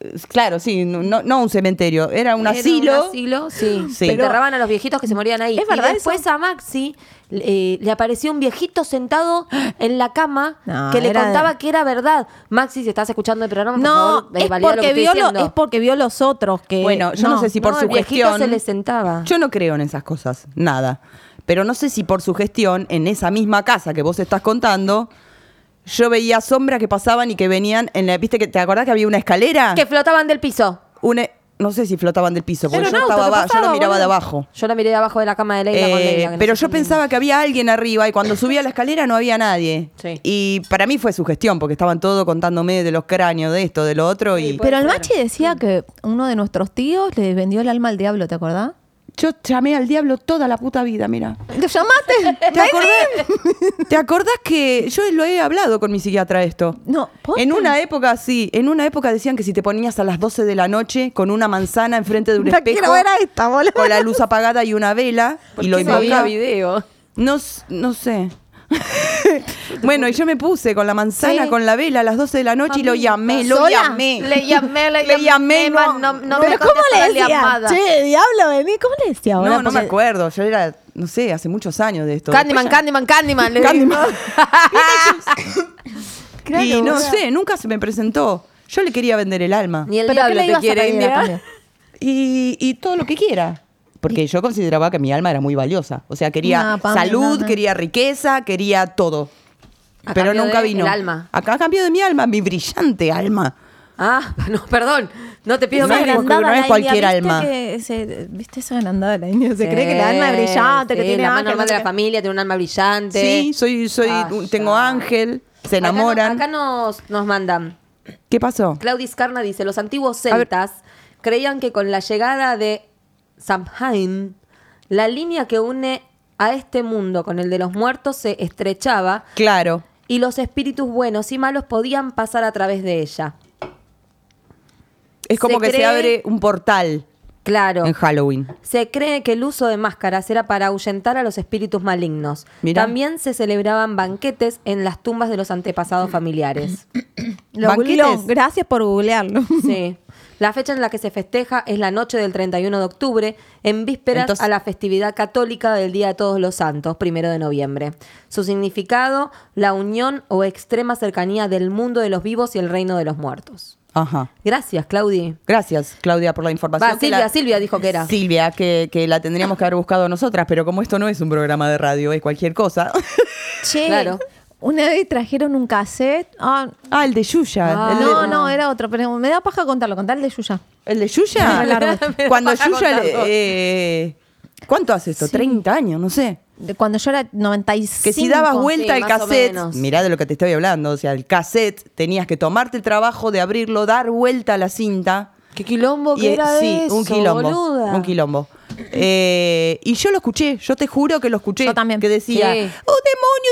D: eh, claro, sí, no, no- no un cementerio, era un
C: Era
D: asilo.
C: Un asilo, sí.
D: Sí.
C: Pero- enterraban a los viejitos que se morían ahí.
E: ¿Es verdad
C: y después
E: eso?
C: a Maxi eh, le apareció un viejito sentado en la cama
E: No,
C: que le
E: era de-
C: contaba que era verdad. Maxi, si estás escuchando el programa, por
E: No,
C: favor, eh,
E: es
C: valida lo que
E: porque,
C: estoy
E: vio lo-
C: diciendo.
E: es porque vio los otros que...
D: Bueno, yo no, sé si por
C: No,
D: su
C: el viejito
D: gestión
C: se le sentaba.
D: Yo no creo en esas cosas, nada. Pero no sé si por su gestión en esa misma casa que vos estás contando yo veía sombras que pasaban y que venían en la, ¿viste que te acordás que había una escalera?
C: Que flotaban del piso.
D: Una- no sé si flotaban del piso, porque
C: Era
D: yo
C: un auto
D: estaba
C: que
D: abajo, yo lo
C: pasaba,
D: miraba de
C: boludo.
D: abajo.
C: Yo la miré de abajo de la cama de Leila con
D: Eh,
C: Leila, que no
D: pero
C: sé
D: yo
C: quién
D: pensaba que había alguien arriba y cuando subía la escalera no había nadie.
C: Sí.
D: Y para mí fue su gestión, porque estaban todos contándome de los cráneos, de esto, de lo otro. Y
C: pues.
E: Pero el Machi decía que uno de nuestros tíos le vendió el alma al diablo, ¿te acordás?
D: yo llamé al diablo toda la puta vida, mira.
E: ¿Te [LAUGHS] llamaste?
D: ¿Te acordás, [LAUGHS] ¿Te acordás que yo lo he hablado con mi psiquiatra esto?
E: No, ¿posta?
D: En una época, sí, en una época decían que si te ponías a las 12 de la noche con una manzana enfrente de un
E: La quiero
D: espejo,
E: ver a esta, boludo.
D: con la luz apagada y una vela, y lo
C: era. No había
D: invocaba.
C: video.
D: No, s- no sé. bueno, y yo me puse con la manzana,
E: Sí.
D: con la vela a las 12 de la noche y lo llamé, lo
E: ¿Sola?
D: llamé.
G: Le llamé, le
D: Le llamé,
G: llamé,
D: no-
G: ma- no, no
E: ¿Pero
G: me
E: cómo
G: contestó
E: le
G: la
E: decía?
G: llamada.
E: Che, diablo, vení. ¿Cómo le decía ahora?
D: no, no me
E: Porque-
D: acuerdo. Yo era, no sé, hace muchos años de esto. [LAUGHS]
G: Candyman,
D: Después
G: Candyman, Candyman, le
D: ya-
G: digo.
D: Candyman. [LAUGHS] y
E: Claro,
D: no
E: boluda.
D: sé, nunca se me presentó. Yo le quería vender el alma.
C: Ni el
E: ¿Pero qué
C: diablo
E: le
C: te
E: ibas a
C: quiere,
E: pedir
C: India.
E: aparte?
D: Y, y todo lo que quiera. Porque yo consideraba que mi alma era muy valiosa. O sea, quería
E: No, Pame,
D: salud,
E: no, no.
D: quería riqueza, quería todo.
C: A
D: Pero
C: cambio
D: nunca
C: de
D: vino.
C: el alma.
D: Acá a cambio de mi alma, mi brillante alma.
C: Ah, [LAUGHS] no, perdón. No te pido
D: Esa
C: más.
D: era-
C: gracias.
D: porque no es cualquier
E: ¿viste
D: alma.
E: que se- ¿Viste esa agrandada de la India? Se cree que la alma es brillante, que
C: Sí,
E: tiene
C: la más
E: ángel,
C: normal
E: no sé
C: de la
E: qué.
C: familia, tiene un alma brillante.
D: Sí, soy, soy,
C: Ah,
D: tengo
C: ya.
D: ángel, se
C: Acá no-
D: enamoran.
C: Acá, nos, nos mandan.
D: ¿Qué pasó?
C: Claudis Carna dice, los antiguos
D: A ver.
C: celtas creían que con la llegada de Samhain, la línea que une a este mundo con el de los muertos se estrechaba
D: Claro.
C: y los espíritus buenos y malos podían pasar a través de ella.
D: Es como
C: Se
D: que se
C: cree-
D: abre un portal
C: Claro.
D: en Halloween.
C: Se cree que el uso de máscaras era para ahuyentar a los espíritus malignos.
D: Mirá.
C: También se celebraban banquetes en las tumbas de los antepasados
D: [CLEARS THROAT]
C: familiares.
E: Lo
D: Banquetes.
E: googleó. Gracias por googlearlo.
D: [LAUGHS]
C: Sí. La fecha en la que se festeja es la noche del 31 de octubre, en vísperas
D: Entonces-
C: a la festividad católica del Día de Todos los Santos, primero de noviembre. Su significado, la unión o extrema cercanía del mundo de los vivos y el reino de los muertos.
D: Ajá.
C: Gracias, Claudi.
D: Gracias, Claudia, por la información.
C: Va,
D: que
C: Silvia, Silvia dijo que era.
D: Silvia, que, que la tendríamos que haber buscado nosotras, pero como esto no es un programa de radio, es cualquier cosa. [LAUGHS]
E: Che,
C: Claro.
E: una vez trajeron un cassette. Ah,
D: ah, el de Yuya.
C: Ah.
D: el, de,
E: no, no, era otro, pero me da paja contarlo, contar el de Yuya.
D: el de [LAUGHS]
E: Me
D: Yuya.
E: largo.
D: Cuando
C: [LAUGHS] Me vas a
D: Yuya... le-
C: contarlo.
D: eh, ¿Cuánto hace esto? 30 años, no sé.
E: De cuando yo era 95.
D: Que si dabas vuelta
C: sí,
D: al
C: más o
D: cassette,
C: menos.
D: mirá de lo que te estoy hablando, o sea, el cassette tenías que tomarte el trabajo de abrirlo, dar vuelta a la cinta.
C: Qué quilombo
D: Y,
C: que
D: eh,
C: era
D: sí,
C: eso,
D: un quilombo.
C: boluda.
D: Un quilombo. Eh, y yo lo escuché, yo te juro que lo escuché.
E: Yo también.
D: Que decía,
C: Sí.
D: ¡Oh, demonios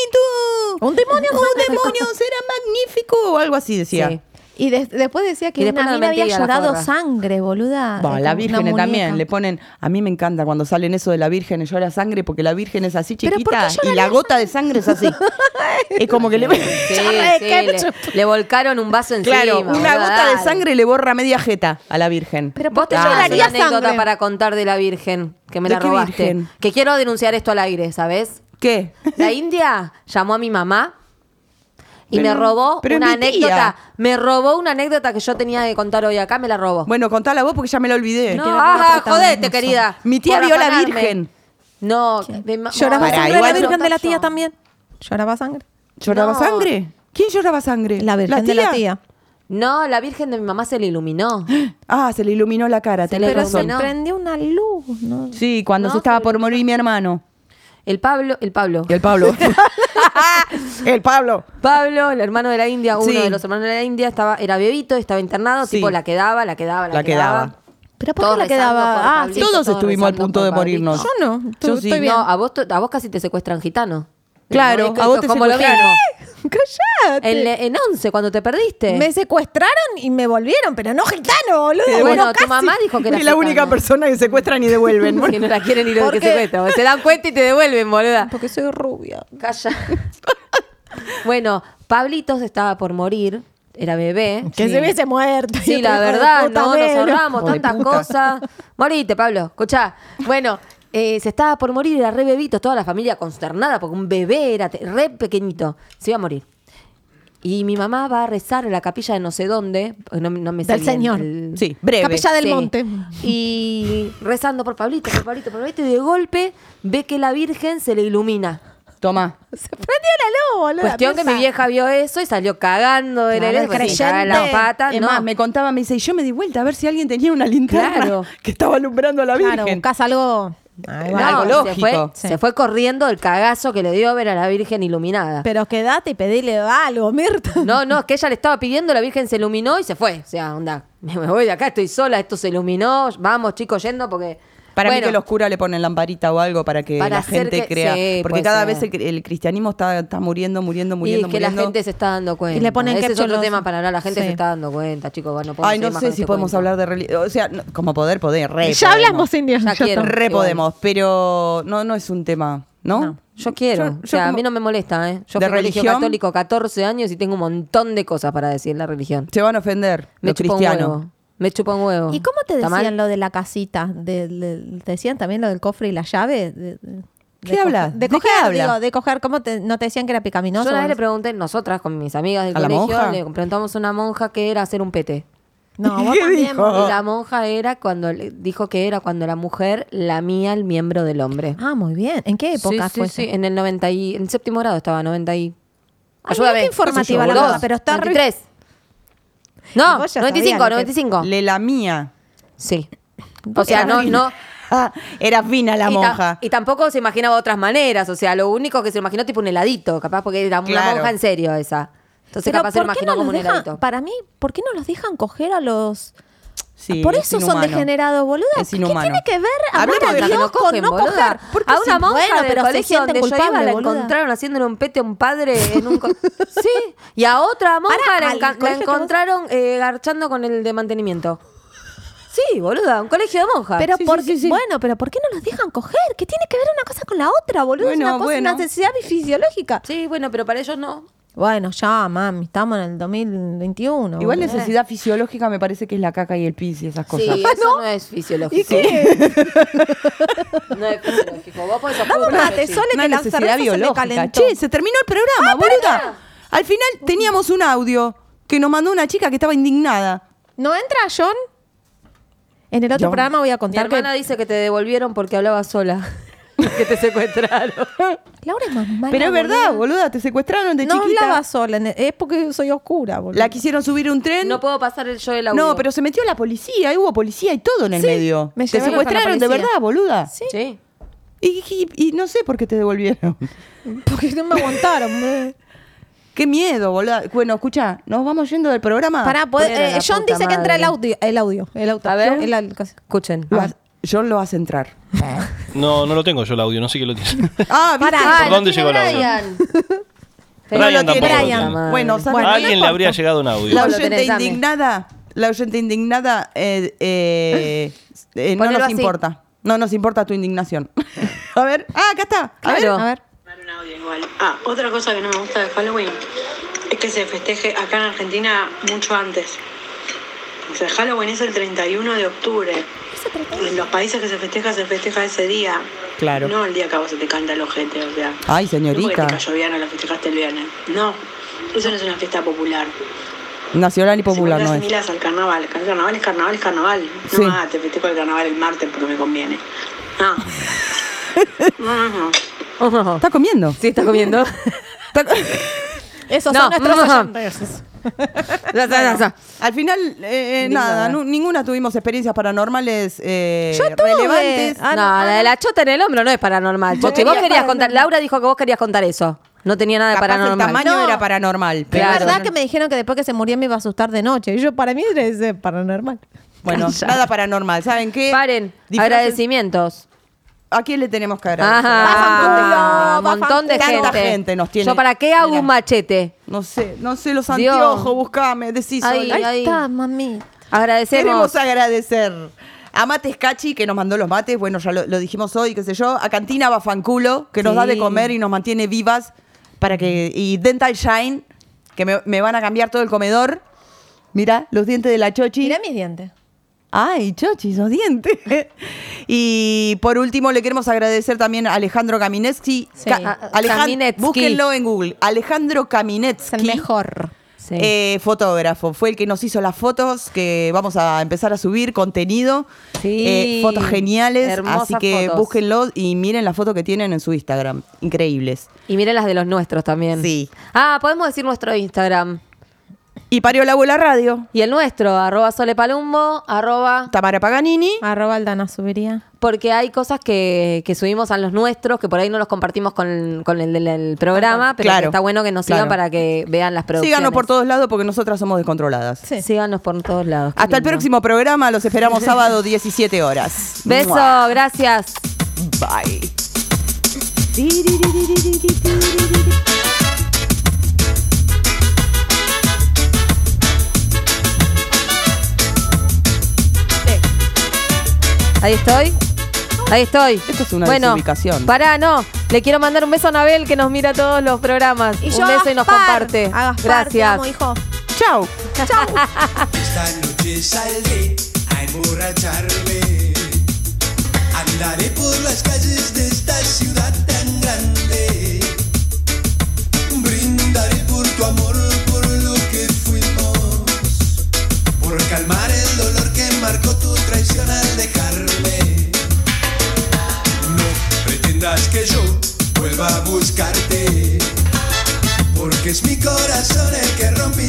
D: infinito!
E: Un demonio
D: ¡Oh,
E: magnífico".
D: demonios! ¡Era magnífico! O algo así decía.
C: Sí.
E: Y des- después decía
C: Y
E: que
C: después
E: una
C: la
E: mina había
C: mentira, la
E: llorado
C: forra.
E: sangre,
C: Ah,
E: boluda.
D: Bah,
E: Eh,
D: la
E: como una
D: Virgen
E: muñeca. Pues
D: también, le ponen, a mí me encanta cuando salen eso de la Virgen y llora sangre, porque la Virgen es así
E: ¿Pero por qué
D: chiquita
E: llora
D: y la
E: la
D: gota de sangre
C: [LAUGHS]
D: es así. es como que le...
C: Sí,
E: Ya
C: sí,
E: me
C: le,
E: quedé-
C: le volcaron un vaso encima.
D: Claro, una
C: boluda,
D: gota de
C: dale.
D: sangre le borra media jeta a la Virgen.
E: Pero
C: Vos te
E: Ah,
C: llevas una
E: lloraría
C: anécdota
E: sangre.
C: para contar de la Virgen, que me
D: ¿De
C: la
D: qué
C: robaste.
D: virgen?
C: Que quiero denunciar esto al aire, ¿sabes?
D: ¿Qué? [LAUGHS]
C: La India llamó a mi mamá y
D: Pero-
C: me robó
D: pero es
C: una
D: mi tía.
C: anécdota. Me robó una anécdota que yo tenía que contar hoy acá, me la robó.
D: Bueno, contala vos porque ya me la olvidé.
C: no,
E: que la
C: ah,
E: protagonista.
C: jodete, querida.
D: Mi tía
C: Por
D: vio a la
C: afanarme.
D: Virgen.
C: No,
E: Lloraba
D: Pará,
E: sangre
D: igual
E: la Virgen
D: no-
E: de la tía también. Lloraba sangre.
D: ¿Lloraba
C: No.
D: sangre? ¿Quién lloraba sangre?
E: La Virgen de la tía.
C: No, la Virgen de mi mamá se le iluminó.
D: [GASPS] Ah, se le iluminó la cara,
C: Se
D: tenés
C: le
E: Pero
D: razón.
E: se
C: iluminó.
E: prendió una luz, ¿no?
D: Sí, cuando
C: No,
D: se estaba
C: se le
D: por morir mi hermano.
C: El Pablo, el Pablo.
D: Y
C: [LAUGHS]
D: el Pablo. [LAUGHS] el Pablo.
C: Pablo, el hermano de la India, uno
D: Sí.
C: de los hermanos de la India, estaba, era bebito, estaba internado,
D: Sí.
C: tipo la quedaba, la quedaba, la,
D: La quedaba.
C: quedaba.
E: Pero ¿por qué
C: Todos
E: la
C: rezando
E: quedaba?
C: por
E: Ah,
C: Pablito,
D: [LAUGHS] todos estuvimos al
C: rezando
D: punto
C: por
D: de
C: Pablito.
D: morirnos.
E: Yo no,
D: Yo
E: tú-
D: sí.
E: estoy bien.
C: No, a vos, to- a vos casi te secuestran gitano.
D: Claro,
C: No, es que
D: a vos te
C: como lo
D: secuestraron.
E: ¡Cállate!
C: En, le- en 11, cuando te perdiste. [LAUGHS]
E: Me secuestraron y me volvieron, pero no gitano, boludo.
C: Bueno,
E: Bueno,
C: tu mamá dijo que era
D: Es la
C: gitana.
D: única persona que secuestran y devuelven.
C: [LAUGHS] Que no la quieren ni lo
E: ¿Por
C: que
E: qué?
C: secuestran. Se dan cuenta y te devuelven, boluda.
E: porque soy rubia.
C: Calla.
E: [LAUGHS]
C: bueno, Pablito se estaba por morir. Era bebé.
E: Que se hubiese muerto.
C: Sí,
E: Y
C: la
E: otro hijo de
C: verdad,
E: puta
C: no, nos
E: negro.
C: ahorramos
D: Hijo de
C: tantas
D: puta.
C: cosas. Morite, Pablo, escuchá. Bueno, eh, se estaba por morir, era re bebito, toda la familia consternada, porque un bebé era te- re pequeñito, se iba a morir. Y mi mamá va a rezar en la capilla de no sé dónde, porque no, no me sé
E: Del
C: bien
E: Señor.
C: el-
D: Sí, breve.
E: Capilla del Monte.
C: Y rezando por Pablito, por Pablito, por Pablito, y de golpe ve que la Virgen se le ilumina.
D: Toma.
E: Se prendió la luz, boludo.
C: Cuestión que mi vieja vio eso y salió cagando de la
E: Claro,
C: iglesia, porque se cagaba en
E: creyente.
C: la pata.
D: Es
C: no.
D: más, me contaba, me dice, y yo me di vuelta a ver si alguien tenía una linterna
C: Claro.
D: [LAUGHS] que estaba alumbrando a la
E: Claro,
D: Virgen.
E: buscas algo. Ahí va.
D: Claro. Eh, algo
C: Se
D: lógico.
C: fue,
E: Sí.
C: se fue corriendo el cagazo que le dio ver a la Virgen iluminada.
E: Pero quedate y pedile algo, Mirta.
C: No, no, es que ella le estaba pidiendo, la Virgen se iluminó y se fue. O sea, onda, [LAUGHS] me voy de acá, estoy sola, esto se iluminó, vamos chicos yendo porque...
D: Para mí
C: Bueno,
D: que los curas le ponen lamparita o algo para que
C: Para
D: la
C: hacer
D: gente
C: que-
D: crea.
C: sí,
D: porque
C: puede
D: cada
C: ser.
D: vez el, cri- el cristianismo está, está muriendo,
C: Y
D: muriendo,
C: es
D: muriendo,
C: que
D: muriendo.
C: la gente se está dando cuenta.
E: Y le ponen
C: Ese es
E: ketchup
C: otro
E: los-
C: tema para hablar, la gente
E: Sí.
C: se está dando cuenta, chicos. Bueno, podemos
D: Ay,
C: seguir
D: no
C: más
D: sé
C: con
D: si
C: este
D: podemos
C: cuento.
D: hablar de religión. O sea, no- como poder, poder, re.
E: Ya
D: podemos.
E: hablamos, India.
C: eh, Ya quiero.
E: está.
D: Re
C: Igual.
D: podemos, pero no, no es un tema, ¿no?
E: No.
C: Yo quiero,
D: Yo- yo
C: o sea, a
D: como-
C: mí no me molesta, ¿eh? Yo
D: ¿De
C: fui colegio
D: religión?
C: católico 14 años y tengo un montón de cosas para decir en la religión.
D: Se van a ofender
C: Me
D: los
C: chupa un
D: cristianos.
C: huevo. Me chupa un huevo.
E: ¿Y cómo te
C: ¿Está mal?
E: decían lo de la casita? De- de- ¿Te decían también lo del cofre y la llave? De- de-
D: ¿Qué
E: de
D: hablas?
E: coger-
D: ¿De
E: De
D: qué
E: coger,
D: hablas?
E: digo, de coger. ¿Cómo te, no te decían que era picaminoso?
C: Yo una vez le
E: Bueno,
C: pregunté, nosotras con mis amigas del
D: ¿A la monja?
C: colegio, le preguntamos a una monja qué era hacer un pete.
E: No,
C: [LAUGHS]
E: vos
D: ¿Qué
E: también.
D: dijo?
E: boludo.
C: Y la monja era cuando le- dijo que era cuando la mujer lamía el miembro del hombre.
E: Ah, muy bien. ¿En qué época
C: sí,
E: fue
C: sí, sí,
E: eso?
C: en el 90 y en séptimo grado estaba 90 y
E: Ay, mira qué Ah, informativa la
C: Dos,
E: verdad, pero está re-
C: 23.
E: Y
C: No,
E: vos ya
C: 95,
E: sabías lo que-
C: 95.
D: Le la mía.
C: Sí. O sea, no, no.
D: [LAUGHS] Ah, era fina la
C: y ta-
D: monja.
C: y tampoco se imaginaba otras maneras. O sea, lo único que se imaginó tipo un heladito, capaz, porque era una
D: Claro.
C: monja en serio esa. Entonces
E: Pero
C: capaz se lo
E: ¿por qué
C: imaginó
E: no
C: como un
E: los dejan-
C: heladito.
E: Para mí, ¿por qué no los dejan coger a los...?
D: Sí,
E: Por
D: es
E: eso son
D: inhumano.
E: degenerados, boluda.
D: Es
E: ¿Qué
D: inhumano.
E: tiene que ver amar
D: Hablemos
E: a
D: de
E: Dios
D: que
C: no
E: con
C: cogen,
E: no
C: boluda.
E: coger? Porque
C: a una
E: sí,
C: monja
E: bueno,
C: del
E: pero se
C: colegio donde
E: sienten
C: yo iba
E: culpables,
C: la
E: boluda.
C: encontraron haciéndole un pete a un padre en
E: [LAUGHS]
C: un... co- sí. Y a otra monja
E: Pará,
C: la,
E: ¿al
C: enca- la
E: colegio que vos-
C: encontraron eh, garchando con el de mantenimiento. Sí, boluda, un colegio de monjas.
E: Pero
D: Sí,
E: por,
D: sí, sí, sí.
E: bueno, pero ¿por qué no los dejan coger? ¿Qué tiene que ver una cosa con la otra, boludo?
D: Bueno,
E: es una cosa,
D: bueno.
E: una necesidad fisiológica.
C: Sí, bueno, pero para ellos no.
E: Bueno, ya, mami, estamos en el 2021.
D: Igual
E: boludo.
D: necesidad fisiológica me parece que es la caca y el pis y esas cosas.
E: Ah,
C: Sí, eso no es fisiológico. [LAUGHS] no es fisiológico. Vos podés
E: Dame un
C: apuntar,
E: mate,
C: sí.
E: Sole,
D: Una
E: que la cerveza
D: necesidad
E: se me
D: biológica.
E: calentó.
D: Che, se terminó el programa,
E: Ah,
D: boluda.
E: pará.
D: Al final teníamos un audio que nos mandó una chica que estaba indignada.
E: ¿No entra John? En el otro
D: John.
E: programa voy a
C: Mi
E: contar que...
C: hermana dice que te devolvieron porque hablabas sola.
E: [LAUGHS]
C: que te
D: [LAUGHS]
C: secuestraron.
E: Laura es más mala,
D: Pero es verdad,
E: boluda.
D: boluda, te secuestraron de
E: No
D: chiquita.
E: hablaba sola, en- es porque soy oscura, boludo.
D: La quisieron subir a un tren.
C: No puedo pasar el yo del audio.
D: No, pero se metió la policía, y hubo policía y todo en el
E: Sí,
D: medio.
E: me
D: te
E: llevaron hasta la
D: secuestraron de
E: policía.
D: verdad, boluda.
E: Sí,
C: Sí.
D: Y, y- y no sé por qué te devolvieron.
E: [LAUGHS]
D: [LAUGHS]
E: porque no me aguantaron. boludo.
D: Qué miedo, boluda. Bueno, escucha, nos vamos yendo del programa.
E: Pará, pod-
C: poner Ah, a
E: eh,
C: la
E: John
C: puta
E: dice que entra el
C: madre.
E: audio, el audio, el auto.
C: A ver. Ah.
E: El, al- cosa.
C: Escuchen.
D: Lo has- John lo hace entrar.
H: No, no lo tengo yo el audio, no sé quién lo tiene.
D: [LAUGHS] Ah, ¿viste?
E: Pará.
H: ¿Por dónde llegó el audio? [LAUGHS] Brian
C: lo tiene.
H: tampoco lo
C: Brian.
H: tiene.
D: Bueno,
E: Bueno,
H: a
E: no
H: alguien le
E: importa.
H: habría llegado un audio.
D: La
C: Vos lo
D: oyente
C: tenés, Dami.
D: indignada, la oyente indignada eh, eh, eh, no
C: Ponelo
D: nos
C: así.
D: importa. No nos importa tu indignación. [LAUGHS] a ver, ah, acá está. A ver.
C: Claro.
E: A ver.
I: Dar un audio igual. Ah, otra cosa que no me gusta de Halloween es que se festeje acá en Argentina mucho antes. O sea, Halloween es el 31 de octubre. En los países que se festeja, se festeja ese día.
D: Claro.
I: No el día que a vos se te canta el ojete, o sea.
D: Ay,
I: No porque
D: señorita.
I: te cayó viernes, lo festejaste el viernes. No, eso no es una fiesta popular.
D: Nacional y popular
I: si
D: no
I: no
D: es.
I: asimilas al carnaval. El carnaval es carnaval, es carnaval. No,
D: Sí.
I: ah, te festejo el carnaval el martes porque me conviene.
D: [LAUGHS]
I: No. no, no, no.
D: ¿Está comiendo?
C: Sí, está [LAUGHS] comiendo.
D: Está co-
E: Esos
C: No. [LAUGHS]
E: son nuestros oyentes.
D: Al final, eh, eh, nada, nu- ninguna tuvimos experiencias paranormales eh,
E: Yo tuve.
D: relevantes.
E: Ah,
C: no,
E: no,
C: la de la chota en el hombro no es paranormal. Vos,
E: Yo
C: que vos
E: quería
C: querías
E: paranormal.
C: contar. Laura dijo que vos querías contar eso. No tenía nada de
D: Capaz el
C: paranormal.
D: tamaño
E: No.
D: era paranormal.
E: Es
D: pero-
E: verdad que me dijeron que después que se murió me iba a asustar de noche. Y yo, para mí, era ese paranormal.
D: Bueno, nada paranormal. ¿Saben qué?
C: Paren.
D: Disfracen-
C: Agradecimientos.
D: ¿A quién le tenemos que agradecer?
C: Ajá,
E: Bajan culo,
C: Ah, un montón de
D: bajan
C: gente.
D: culo. Tanta gente nos tiene.
C: Yo para qué hago
D: Mira.
C: un machete.
D: No sé, no sé, los
C: Dios.
D: anteojos, buscame, decís.
C: Ay,
E: Ahí
D: hola.
C: ay.
E: está, mami.
C: Agradecemos.
D: Queremos agradecer a Mates Cachi, que nos mandó los mates, bueno, ya lo, lo dijimos hoy, qué sé yo, a Cantina Bafanculo, que nos da de comer y nos mantiene vivas, para que y Dental Shine, que me, me van a cambiar todo el comedor. Mira, los dientes de la Chochi.
E: Mirá mis dientes.
D: Ay, Chochi, esos dientes. [LAUGHS] y por último, le queremos agradecer también a Alejandro Kaminetsky.
E: Sí.
D: Ca- Alejand-
C: Kaminetsky.
D: Búsquenlo en Google. Alejandro
E: Es
D: Kaminetsky.
E: el mejor.
C: Sí.
D: Eh, fotógrafo, fue el que nos hizo las fotos que vamos a empezar a subir contenido,
C: Sí.
D: Eh, fotos geniales,
C: Hermosas
D: así que
C: fotos.
D: búsquenlo y miren las fotos que tienen en su Instagram, increíbles.
C: Y miren las de los nuestros también.
D: Sí.
C: Ah, podemos decir nuestro Instagram.
D: Y parió la abuela radio,
C: Y el nuestro, arroba solepalumbo, arroba...
D: Tamara Paganini,
E: Arroba Aldana subiría.
C: Porque hay cosas que, que subimos a los nuestros, que por ahí no los compartimos con, con el del el programa, pero
D: Claro.
C: que está bueno que nos sigan
D: Claro.
C: para que vean las producciones.
D: síganos por todos lados porque nosotras somos descontroladas.
E: Sí.
C: Síganos por todos lados. Qué
D: Hasta el
C: lindo.
D: próximo programa, los esperamos sábado 17 horas.
C: Beso,
D: Mua.
C: gracias.
D: Bye.
C: Ahí estoy. Ahí estoy.
D: Esto es una
C: bueno,
D: desubicación.
C: Pará, no. Le quiero mandar un beso a Anabel que nos mira todos los programas.
E: Y yo
C: un
E: a
C: beso y nos
E: Gaspar.
C: comparte.
E: A Gaspar, te
C: Gracias.
E: amo, hijo.
D: Chao.
J: Esta noche saldré a emborracharme. Andaré por las calles de esta ciudad tan grande. Brindaré por tu amor, por lo que fuimos. Por calmar el dolor que marcó tu traición al dejarme. No pretendas que yo vuelva a buscarte. Porque es mi corazón el que rompí